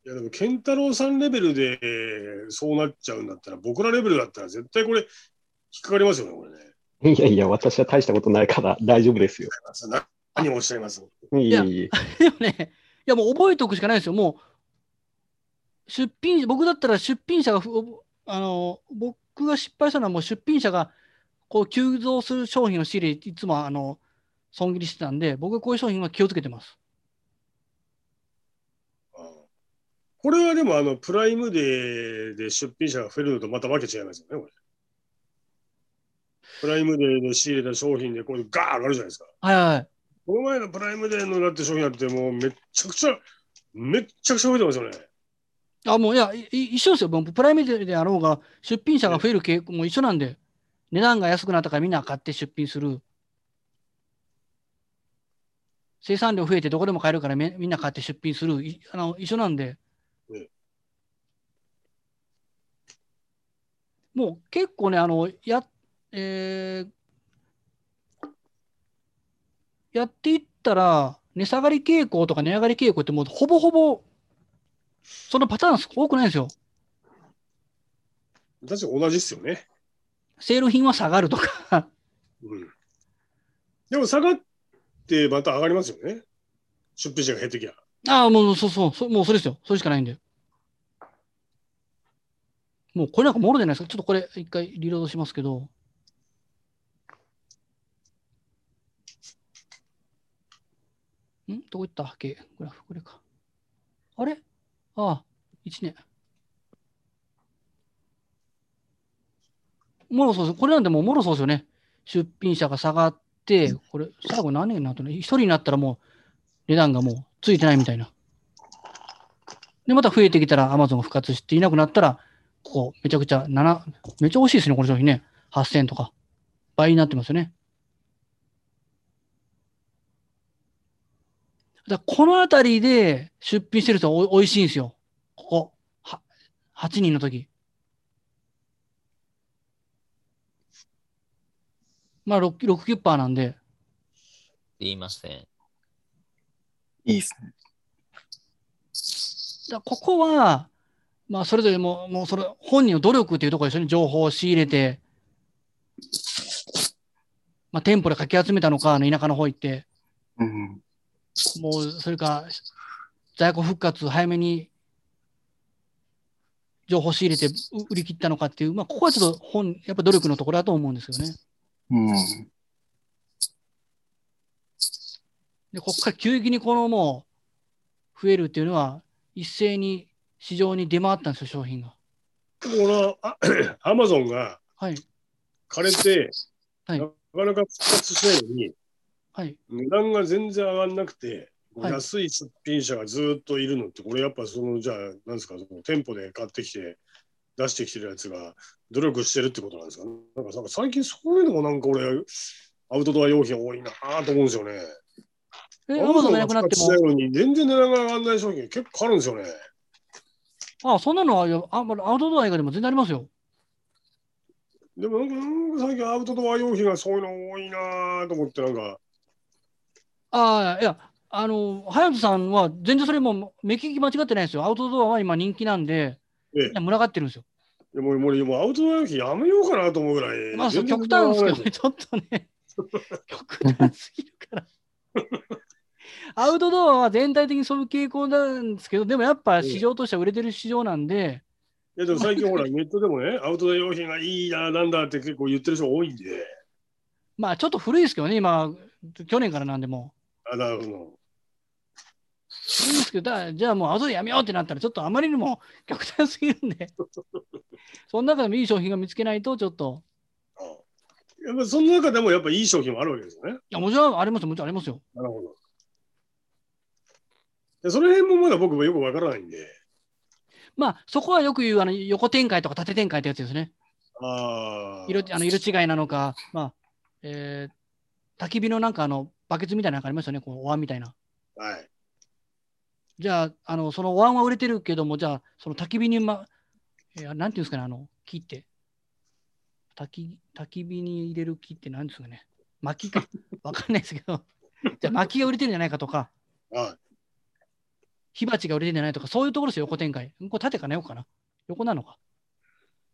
[SPEAKER 2] いやでも健太郎さんレベルでえーそうなっちゃうんだったら僕らレベルだったら絶対これ引っかかりますよねこれね。
[SPEAKER 5] いやいや、私は大したことないから大丈夫ですよ。
[SPEAKER 2] な何をおっしゃいます
[SPEAKER 5] いえいえ。
[SPEAKER 1] でもね、いやもう覚えておくしかないですよ。も出品、僕だったら出品者がふ、おあの、僕が失敗したのはもう出品者が、こう、急増する商品を仕入れ、いつも、あの、損切りしてたんで、僕はこういう商品は気をつけてます。
[SPEAKER 2] これはでもあのプライムデーで出品者が増えるのとまたわけ違いますよね、これ。プライムデーで仕入れた商品でこういうガーッ上がるじゃないですか。
[SPEAKER 1] はいはい。
[SPEAKER 2] この前のプライムデーのだって商品だってもうめっちゃくちゃ、めっちゃくちゃ増えてますよね。
[SPEAKER 1] あ、もう、いや、いい一緒ですよ。もうプライムであろうが、出品者が増える傾向も一緒なんで、値段が安くなったからみんな買って出品する。生産量増えてどこでも買えるからみみんな買って出品する。いあの一緒なんで
[SPEAKER 2] うん。
[SPEAKER 1] もう結構ね、あの、や、えーやっていったら、値下がり傾向とか値上がり傾向ってもうほぼほぼそのパターン多くないんですよ。
[SPEAKER 2] 確か同じですよね。
[SPEAKER 1] セール品は下がるとか。
[SPEAKER 2] うん。でも下がってまた上がりますよね。出品者が減ってきゃ。
[SPEAKER 1] ああ、もうそうそうそう、もうそれですよ。それしかないんで。もうこれなんかもろじゃないですか。ちょっとこれ一回リロードしますけど。んどこ行った波形、グラフ、これか。あれああ、1年。もろそうです。これなんでもうもろそうですよね。出品者が下がって、これ、最後何年になったの一人になったらもう、値段がもうついてないみたいな。で、また増えてきたら Amazon が復活していなくなったら、ここめちゃくちゃ7、めっちゃ惜しいですね、この商品ね。8000円とか。倍になってますよね。だからこのあたりで出品してる人はおおいしいんですよ。ここ。は8人の時。まあ6、6、9%なんで。
[SPEAKER 8] 言いません。
[SPEAKER 6] いいですね。
[SPEAKER 1] だからここは、まあ、それぞれもう、もうそれ本人の努力っていうところですよね。情報を仕入れて、まあ、店舗でかき集めたのか、あの田舎の方行って、
[SPEAKER 6] うん。
[SPEAKER 1] もう、それか、在庫復活早めに情報仕入れてう売り切ったのかっていう、まあ、ここはちょっと本、やっぱ努力のところだと思うんですよね。
[SPEAKER 6] うん。
[SPEAKER 1] で、ここから急激にこのもう、増えるっていうのは、一斉に市場に出回ったんですよ、商品が。
[SPEAKER 2] でもこのあ アマゾンが
[SPEAKER 1] はい、
[SPEAKER 2] 枯れて、
[SPEAKER 1] はい
[SPEAKER 2] なかなか復活しないのに、
[SPEAKER 1] はい。
[SPEAKER 2] 値段が全然上がんなくて、
[SPEAKER 1] はい
[SPEAKER 2] 安い出品者がずっといるのって、これやっぱその、じゃあ、なんですか、その店舗で買ってきて、出してきてるやつが努力してるってことなんですかね。なんかなんか最近そういうのもなんか俺、アウトドア用品多いなと思うんですよね。
[SPEAKER 1] え、アマゾンがいなくなっても
[SPEAKER 2] アマゾンが復活し。ないのに、全然値段が上がんない商品結構あるんですよね。
[SPEAKER 1] あそんなのはよあまあアウトドア以外でも全然ありますよ。
[SPEAKER 2] でもなんか、なんか最近アウトドア用品がそういうの多いなと思って、なんか、
[SPEAKER 1] ああ、いや、あの、隼人さんは全然それもう目利き間違ってないですよ。アウトドアは今人気なんで、
[SPEAKER 2] ええ
[SPEAKER 1] みんな群がってるんですよ。
[SPEAKER 2] でももうもうアウトドア用品やめようかなと思うぐらい。
[SPEAKER 1] まあ、そう
[SPEAKER 2] 全
[SPEAKER 1] 極
[SPEAKER 2] 然
[SPEAKER 1] 端ですけ
[SPEAKER 2] 変わら
[SPEAKER 1] ど
[SPEAKER 2] ない
[SPEAKER 1] ね、ちょっとね、 極端すぎるから。 アウトドアは全体的にそういう傾向なんですけど、でもやっぱ市場としては売れてる市場なんで、
[SPEAKER 2] いやでも最近ほら、ネットでもね、アウトドア用品がいいな、なんだって結構言ってる人多いんで、
[SPEAKER 1] まあちょっと古いですけどね、今、去年からなんでも。
[SPEAKER 2] あなるほど。
[SPEAKER 1] いいんですけど、だじゃあもう後でやめようってなったら、ちょっとあまりにも極端すぎるんで、その中でもいい商品が見つけないと、ちょっと、
[SPEAKER 2] やっぱその中でもやっぱいい商品もあるわけですよね。
[SPEAKER 1] いやもちろんありますよ、もちろんありますよ。
[SPEAKER 2] なるほど。でその辺もまだ僕もよくわからないんで、
[SPEAKER 1] まあ、そこはよく言うあの横展開とか縦展開ってやつですね。
[SPEAKER 2] ああ、
[SPEAKER 1] 色あの色違いなのか、まあえー焚き火のなんかあのバケツみたいなのがありましたね、こうお椀みたいな。
[SPEAKER 2] はい。
[SPEAKER 1] じゃあ、あのそのお椀は売れてるけども、じゃあ、その焚き火に、まえーなんていうんですかね、あの木って。焚き焚き火に入れる木って何ですかね。薪か。わかんないですけど。じゃあ、薪が売れてるんじゃないかとか、
[SPEAKER 2] は
[SPEAKER 1] 火鉢が売れてるんじゃないとか、そういうところですよ、横展開。うんこれ縦かな、横かな。横なのか。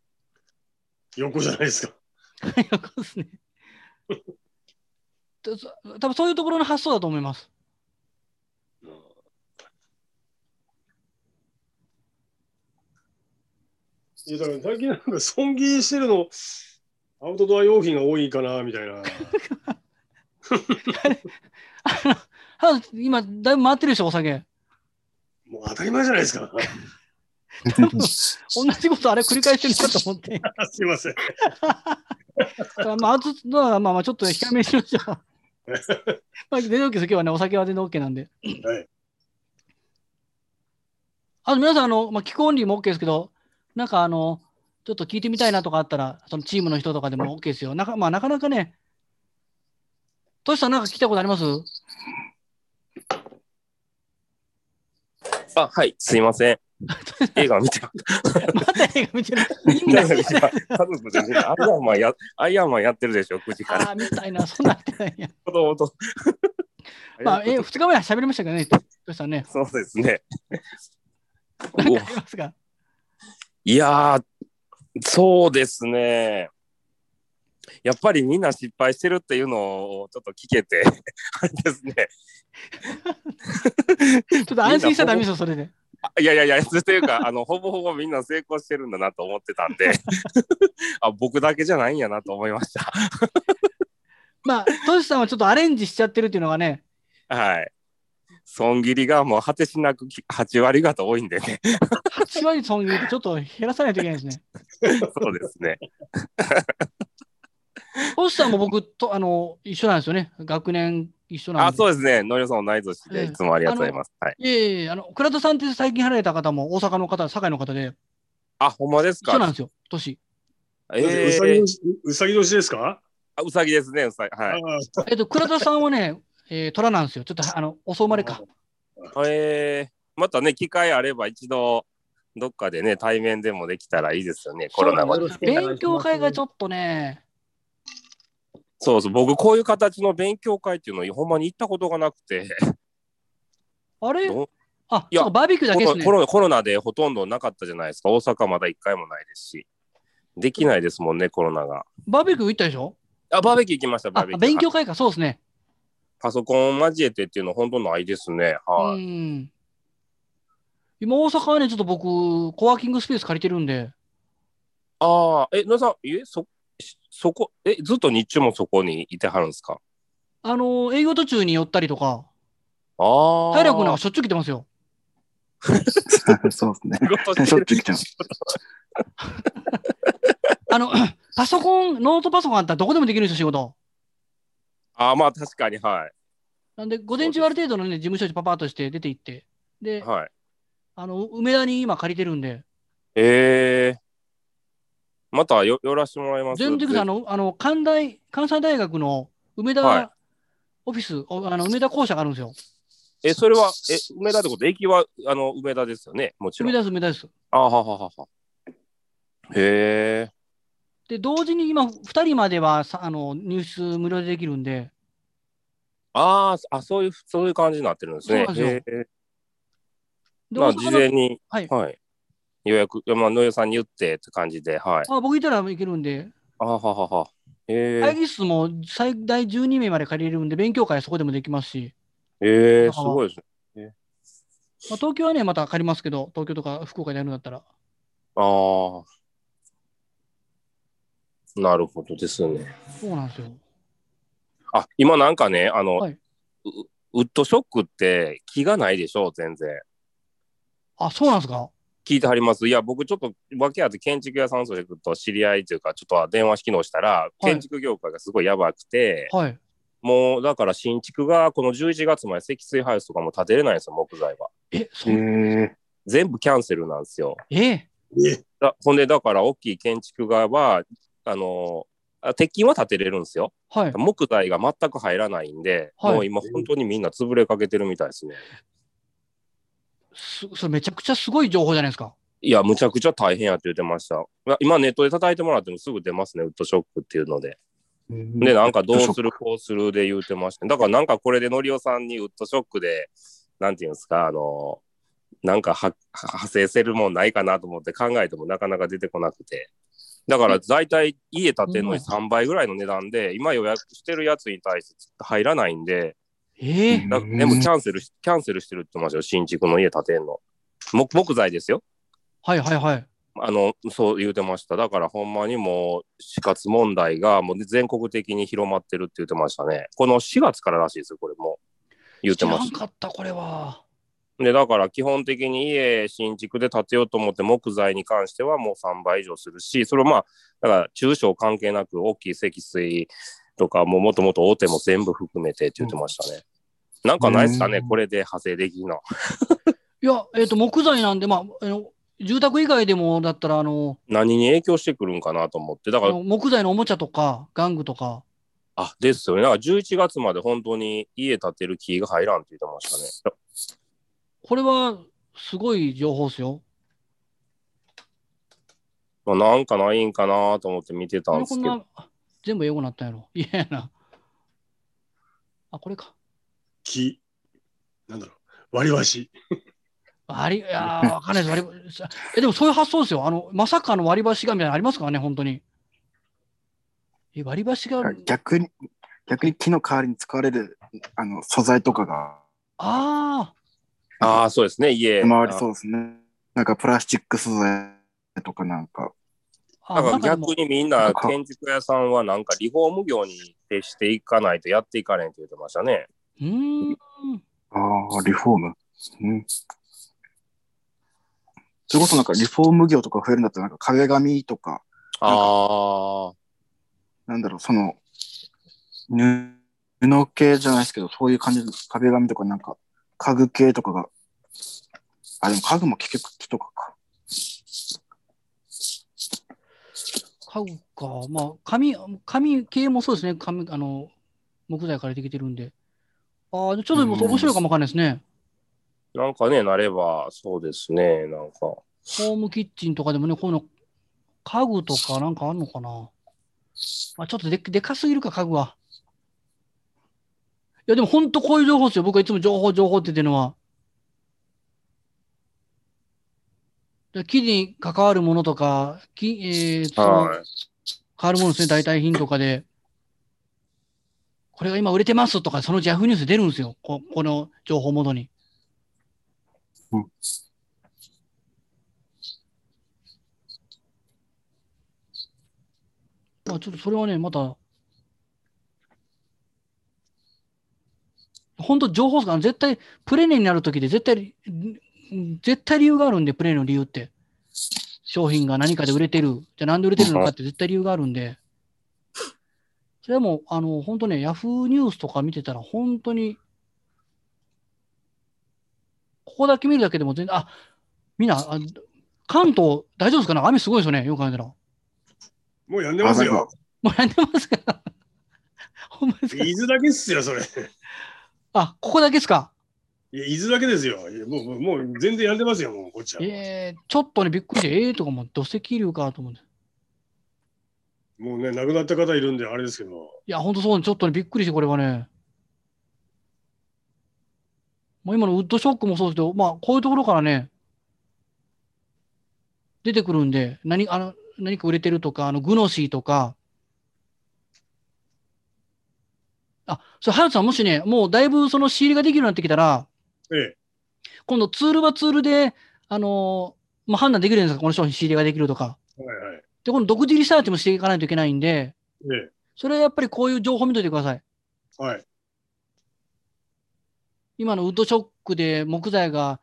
[SPEAKER 2] い。横じゃないですか。
[SPEAKER 1] 横ですね。 とそ多分そういうところの発想だと思います。
[SPEAKER 2] いやだから最近なんか損切りしてるの、アウトドア用品が多いかな、みた いな。
[SPEAKER 1] あのハウス今、だいぶ回ってるでしょ、お酒。
[SPEAKER 2] もう当たり前じゃないで すか。
[SPEAKER 1] 同じことあれ繰り返してるなと思って。
[SPEAKER 2] すいません。
[SPEAKER 1] まあ、アウトドアはまあまあちょっと控えめにしましょう。まあ、全然 OK です。今日はね、お酒は全然 OK なんで。
[SPEAKER 2] はい
[SPEAKER 1] あと皆さん、あの、まあ、聞くオンリーも OK ですけど、なんかあの、ちょっと聞いてみたいなとかあったら、そのチームの人とかでも OK ですよ。なかまあ、なかなかね、トシさんなんか聞いたことあります
[SPEAKER 7] あ、はい、すい ません。映画見て
[SPEAKER 1] また映画見てる。
[SPEAKER 7] みんな家族でね、アイアンマンや、アイアンマンやってるでしょ、9時か
[SPEAKER 1] あ
[SPEAKER 7] ら。
[SPEAKER 1] あ、みたいな、そんなんやってないんや。
[SPEAKER 7] 子供と。
[SPEAKER 1] ま あ、え、2日前は喋りましたけどね、トシさんね。
[SPEAKER 7] そうですね。
[SPEAKER 1] なん
[SPEAKER 7] お
[SPEAKER 1] かありますか
[SPEAKER 7] いやー、そうですね。やっぱりみんな失敗してるっていうのをちょっと聞けて、あれですね。
[SPEAKER 1] ちょっと安心したらダメですよ、それで。
[SPEAKER 7] あいやいやいや、というか、あの、ほぼほぼみんな成功してるんだなと思ってたんで、あ僕だけじゃないんやなと思いました。
[SPEAKER 1] まあ、トシさんはちょっとアレンジしちゃってるっていうのがね、
[SPEAKER 7] はい。損切りがもう果てしなくき8割方多いんでね。
[SPEAKER 1] 8割損切りってちょっと減らさないといけないですね。
[SPEAKER 7] そうですね。
[SPEAKER 1] 星さんも僕とあの一緒なんですよね、学年一緒なん
[SPEAKER 7] あ、
[SPEAKER 1] で。
[SPEAKER 7] そうですね。のりおさん同い年
[SPEAKER 1] ええ
[SPEAKER 7] で、いつもありがとうございます。はい。
[SPEAKER 1] いえいえあの倉田さんって最近離れた方も大阪の方、堺の方で、
[SPEAKER 7] あ、ほんまです
[SPEAKER 1] 一緒なん
[SPEAKER 7] か。
[SPEAKER 1] ですよ、年。
[SPEAKER 7] ええ
[SPEAKER 2] うさぎ年うさぎ年ですか、
[SPEAKER 7] あうさぎですね。うさぎ。はい。
[SPEAKER 2] ああ
[SPEAKER 1] えっと、倉田さんはね、えー、虎なんですよ。ちょっとあの遅生まれか。
[SPEAKER 7] えー、またね、機会あれば一度、どっかでね、対面でもできたらいいですよね、コロナ
[SPEAKER 4] も
[SPEAKER 7] も
[SPEAKER 4] よろしくお願いします
[SPEAKER 1] 勉強会がちょっとね、
[SPEAKER 7] そうそう、僕、こういう形の勉強会っていうのをほんまに行ったことがなくて、
[SPEAKER 1] あれ
[SPEAKER 7] ど
[SPEAKER 1] あ
[SPEAKER 7] いや
[SPEAKER 1] そうかバーベキューだ
[SPEAKER 7] コ
[SPEAKER 1] けです
[SPEAKER 7] ロ
[SPEAKER 1] ね
[SPEAKER 7] コ。ロコロナでほとんどなかったじゃないですか、大阪まだ一回もないですし、できないですもんね、コロナが。
[SPEAKER 1] バーベキュー行ったでしょ
[SPEAKER 7] あ、バーベキュー行きました、バ
[SPEAKER 1] あ
[SPEAKER 7] ーベキュー。
[SPEAKER 1] 勉強
[SPEAKER 7] あ
[SPEAKER 1] 会か、そうですね。
[SPEAKER 7] パソコン交えてっていうの、本当ないですね。
[SPEAKER 1] う
[SPEAKER 7] はい。
[SPEAKER 1] ん。今、大阪はね、ちょっと僕、コワーキングスペース借りてるんで、
[SPEAKER 7] ああ、え、野田さん、え、そ、しそこ、え、ずっと日中もそこにいてはるんですか
[SPEAKER 1] あの営業途中に寄ったりとか、
[SPEAKER 7] ああ。
[SPEAKER 1] 体力なんかしょっちゅう来てますよ。
[SPEAKER 6] そうで
[SPEAKER 7] 仕事
[SPEAKER 6] すね。
[SPEAKER 7] し
[SPEAKER 6] しょ
[SPEAKER 7] て
[SPEAKER 6] っ
[SPEAKER 7] る
[SPEAKER 6] ちゅう来てます。
[SPEAKER 1] あ の、パソコン、ノートパソコンあったらどこでもできるんですよ、仕事。
[SPEAKER 7] ああ、まあ確かに、は
[SPEAKER 1] なんで、午前中ある程度のね、事務所にパパッとして出て行って、
[SPEAKER 7] い。
[SPEAKER 1] で、
[SPEAKER 7] はい。
[SPEAKER 1] あの、梅田に今借りてるんで、
[SPEAKER 7] ええまたよ寄らしてもらいます。
[SPEAKER 1] 全然あ
[SPEAKER 7] ぜ
[SPEAKER 1] の、あの、関大、関西大学の梅
[SPEAKER 7] はい
[SPEAKER 1] 田オフィス、おあの梅田校舎があるんですよ。
[SPEAKER 7] え、それは、え、梅田ってこと駅は、あの、梅田ですよね。もちろ
[SPEAKER 1] 梅
[SPEAKER 7] ん。
[SPEAKER 1] 田です、梅田です。
[SPEAKER 7] あはははは。へえ。
[SPEAKER 1] で、同時に今、2人まではさあの入室無料でできるんで、
[SPEAKER 7] あーあ、そういう、そういう感じになってるんですね。
[SPEAKER 1] そうなんです
[SPEAKER 7] へえ
[SPEAKER 1] で、
[SPEAKER 7] まあ、
[SPEAKER 1] 大
[SPEAKER 7] 事
[SPEAKER 1] 阪
[SPEAKER 7] 前
[SPEAKER 1] の
[SPEAKER 7] に、
[SPEAKER 1] はい
[SPEAKER 7] 予約、いやまあ、野湯さんに言ってって感じで、はい。
[SPEAKER 1] あ僕いたら行けるんで、
[SPEAKER 7] あははは。へ
[SPEAKER 1] 会
[SPEAKER 7] え。
[SPEAKER 1] 議室も最大12名まで借りれるんで、勉強会はそこでもできますし、
[SPEAKER 7] へ
[SPEAKER 1] だ
[SPEAKER 7] え、
[SPEAKER 1] か
[SPEAKER 7] す
[SPEAKER 1] ら
[SPEAKER 7] ごいですね。
[SPEAKER 1] まあ、東京はね、また借りますけど、東京とか福岡でやるんだったら。
[SPEAKER 7] ああ。なるほどですね。
[SPEAKER 1] そうなんですよ。
[SPEAKER 7] あ、今なんかね、あの、
[SPEAKER 1] はいう
[SPEAKER 7] ウッドショックって気がないでしょ、全然。
[SPEAKER 1] あ、そうなんですか
[SPEAKER 7] 聞いてはります。いや、僕ちょっと、訳あって建築屋さんそれと知り合いというか、ちょっと電話し機能したら、
[SPEAKER 1] い
[SPEAKER 7] 建築業界がすごいやばくて、
[SPEAKER 1] はい。
[SPEAKER 7] もうだから新築がこの11月まで積水ハウスとかも建てれないんですよ、木材は。
[SPEAKER 1] え、そ
[SPEAKER 6] へ
[SPEAKER 1] ん
[SPEAKER 6] え
[SPEAKER 7] 全部キャンセルなんですよ。
[SPEAKER 1] え、
[SPEAKER 2] え
[SPEAKER 7] だほんで、だから大きい建築側は、あのあ鉄筋は建てれるんですよ。
[SPEAKER 1] はい。
[SPEAKER 7] 木材が全く入らないんで、
[SPEAKER 1] はい
[SPEAKER 7] もう今本当にみんな潰れかけてるみたいですね。
[SPEAKER 1] すそれめちゃくちゃすごい情報じゃないですか。
[SPEAKER 7] いや、むちゃくちゃ大変やって言ってました。ま今ネットで叩いてもらってもすぐ出ますね、ウッドショックっていうので。で、なんかどう
[SPEAKER 6] ウッド
[SPEAKER 7] す
[SPEAKER 6] ショ
[SPEAKER 7] る、こうするで言うてました。だからなんかこれでのりおさんにウッドショックで、なんていうんですか、あの、なんかはは派生せるもんないかなと思って考えてもなかなか出てこなくて。だから大体家建てるのに3倍ぐらいの値段で、今予約してるやつに対して入らないんで、
[SPEAKER 1] ええ
[SPEAKER 6] うん
[SPEAKER 7] だから全部キャンセルし、キャンセルしてるって言ってましたよ、新築の家建てんの。木木材ですよ。
[SPEAKER 1] はいはいはい。
[SPEAKER 7] あの、そう言うてました。だからほんまにもう死活問題がもう全国的に広まってるって言ってましたね。この4月かららしいですよ、これも。言っ
[SPEAKER 1] 知
[SPEAKER 7] て
[SPEAKER 1] ら
[SPEAKER 7] まし
[SPEAKER 1] ん
[SPEAKER 7] た。
[SPEAKER 1] かった、これは。
[SPEAKER 7] で、だから基本的に家、新築で建てようと思って木材に関してはもう3倍以上するし、それをまあ、だから中小関係なく大きい積水とか、もうもっともっと大手も全部含めてって言ってましたね。なんかないですかね、
[SPEAKER 6] うん
[SPEAKER 7] これで派生できるの。
[SPEAKER 1] いや、えっ、と、木材なんで、まあ、あの住宅以外でも、だったら、あの、
[SPEAKER 7] 何に影響してくるんかなと思って、だ
[SPEAKER 1] あ
[SPEAKER 7] から
[SPEAKER 1] の木材のおもちゃとか、玩具とか。
[SPEAKER 7] あ、ですよね。だから11月まで本当に家建てる気が入らんって言ってましたね。
[SPEAKER 1] これは、すごい情報っすよ。
[SPEAKER 7] まあ、なんかないんかなと思って見てた
[SPEAKER 1] なんん
[SPEAKER 7] で
[SPEAKER 1] ですこ
[SPEAKER 7] け
[SPEAKER 1] ん
[SPEAKER 7] ど。
[SPEAKER 1] な、全部英語なったんやろ。 嫌やな。あ、これか。
[SPEAKER 2] 木、なんだろう、割り箸。
[SPEAKER 1] あり、いやー、わかんないです。割りえ、でもそういう発想ですよ。あの、まさかの割り箸がみたいなのありますからね、本当に。え、割り箸が、
[SPEAKER 6] 逆に、逆に木の代わりに使われるあの素材とかが
[SPEAKER 1] ああ、
[SPEAKER 7] ああ、そうですね、家。
[SPEAKER 6] 出回りそう
[SPEAKER 7] う。
[SPEAKER 6] ですね。なんかプラスチック素材とかなんか、
[SPEAKER 1] あ
[SPEAKER 7] だから
[SPEAKER 1] なんかでも
[SPEAKER 7] 逆にみんな建築屋さんはなんかリフォーム業に徹していかないとやっていかれんって言ってましたね。
[SPEAKER 1] うーん。
[SPEAKER 6] ああ、リフォーム。うん。それこそなんかリフォーム業とか増えるんだったら、なんか壁紙とか、
[SPEAKER 7] ああ、
[SPEAKER 6] なんだろう、その、ぬ布系じゃないですけど、そういう感じの壁紙とかなんか、家具系とかが、あ、でも家具も結局木とかか。
[SPEAKER 1] 家具か。まあ、紙、紙系もそうですね。紙、あの、木材借りてきてるんで。ああ、ちょっとでも面白いかもわかんないですね。
[SPEAKER 7] なんかね、なればそうですね、なんか。
[SPEAKER 1] ホームキッチンとかでもね、こういうの、家具とかなんかあんのかな。まあ、ちょっとででかすぎるか、家具は。いや、でも本当こういう情報ですよ。僕はいつも情報、情報って言ってるのは。で木に関わるものとか、木、えー、その
[SPEAKER 7] はい。
[SPEAKER 1] 変わるものですね、代替品とかで。これが今売れてますとか、そのうちヤフーニュース出るんですよ。ここの情報元に。
[SPEAKER 6] うん
[SPEAKER 1] まあちょっとそれはね、また。本当情報ですから、絶対、プレネになるときで絶対、ん絶対理由があるんで、プレネの理由って。商品が何かで売れてる。じゃあなんで売れてるのかって絶対理由があるんで。それはもう、あの、本当ね、ヤフーニュースとか見てたら、本当に、ここだけ見るだけでも全然、あ、みんな、あ関東大丈夫ですかね雨すごいですよね、よく考えたら。も
[SPEAKER 2] もうやんでますよ。
[SPEAKER 1] うやんでますかほんまですか
[SPEAKER 2] 伊豆だけっすよ、それ。い
[SPEAKER 1] あ、ここだけですか
[SPEAKER 2] や、伊豆だけですよ。いやもう、もうもう全然やんでますよ、もう、こっちは。
[SPEAKER 1] えー、ちょっとね、びっくりして、ええー、とかも土石流かと思うんです。
[SPEAKER 2] もうね、亡くなった方いるんで、あれですけど。
[SPEAKER 1] いや、ほんとそう、ちょっとね、びっくりして、これはね。もう今のウッドショックもそうですけど、まあ、こういうところからね、出てくるんで、何あの何か売れてるとか、あのグノシーとか、あ、そう、ハヤトさん、もしね、もうだいぶその仕入りができるようになってきたら、
[SPEAKER 2] ええ。
[SPEAKER 1] 今度ツールはツールで、あのーまあ、判断できるじゃないですか、この商品仕入れができるとか。
[SPEAKER 2] はいはい。
[SPEAKER 1] で、この独自リサーチもしていかないといけないんで、
[SPEAKER 2] ええ。
[SPEAKER 1] それはやっぱりこういう情報見といてください。
[SPEAKER 2] はい。
[SPEAKER 1] 今のウッドショックで木材が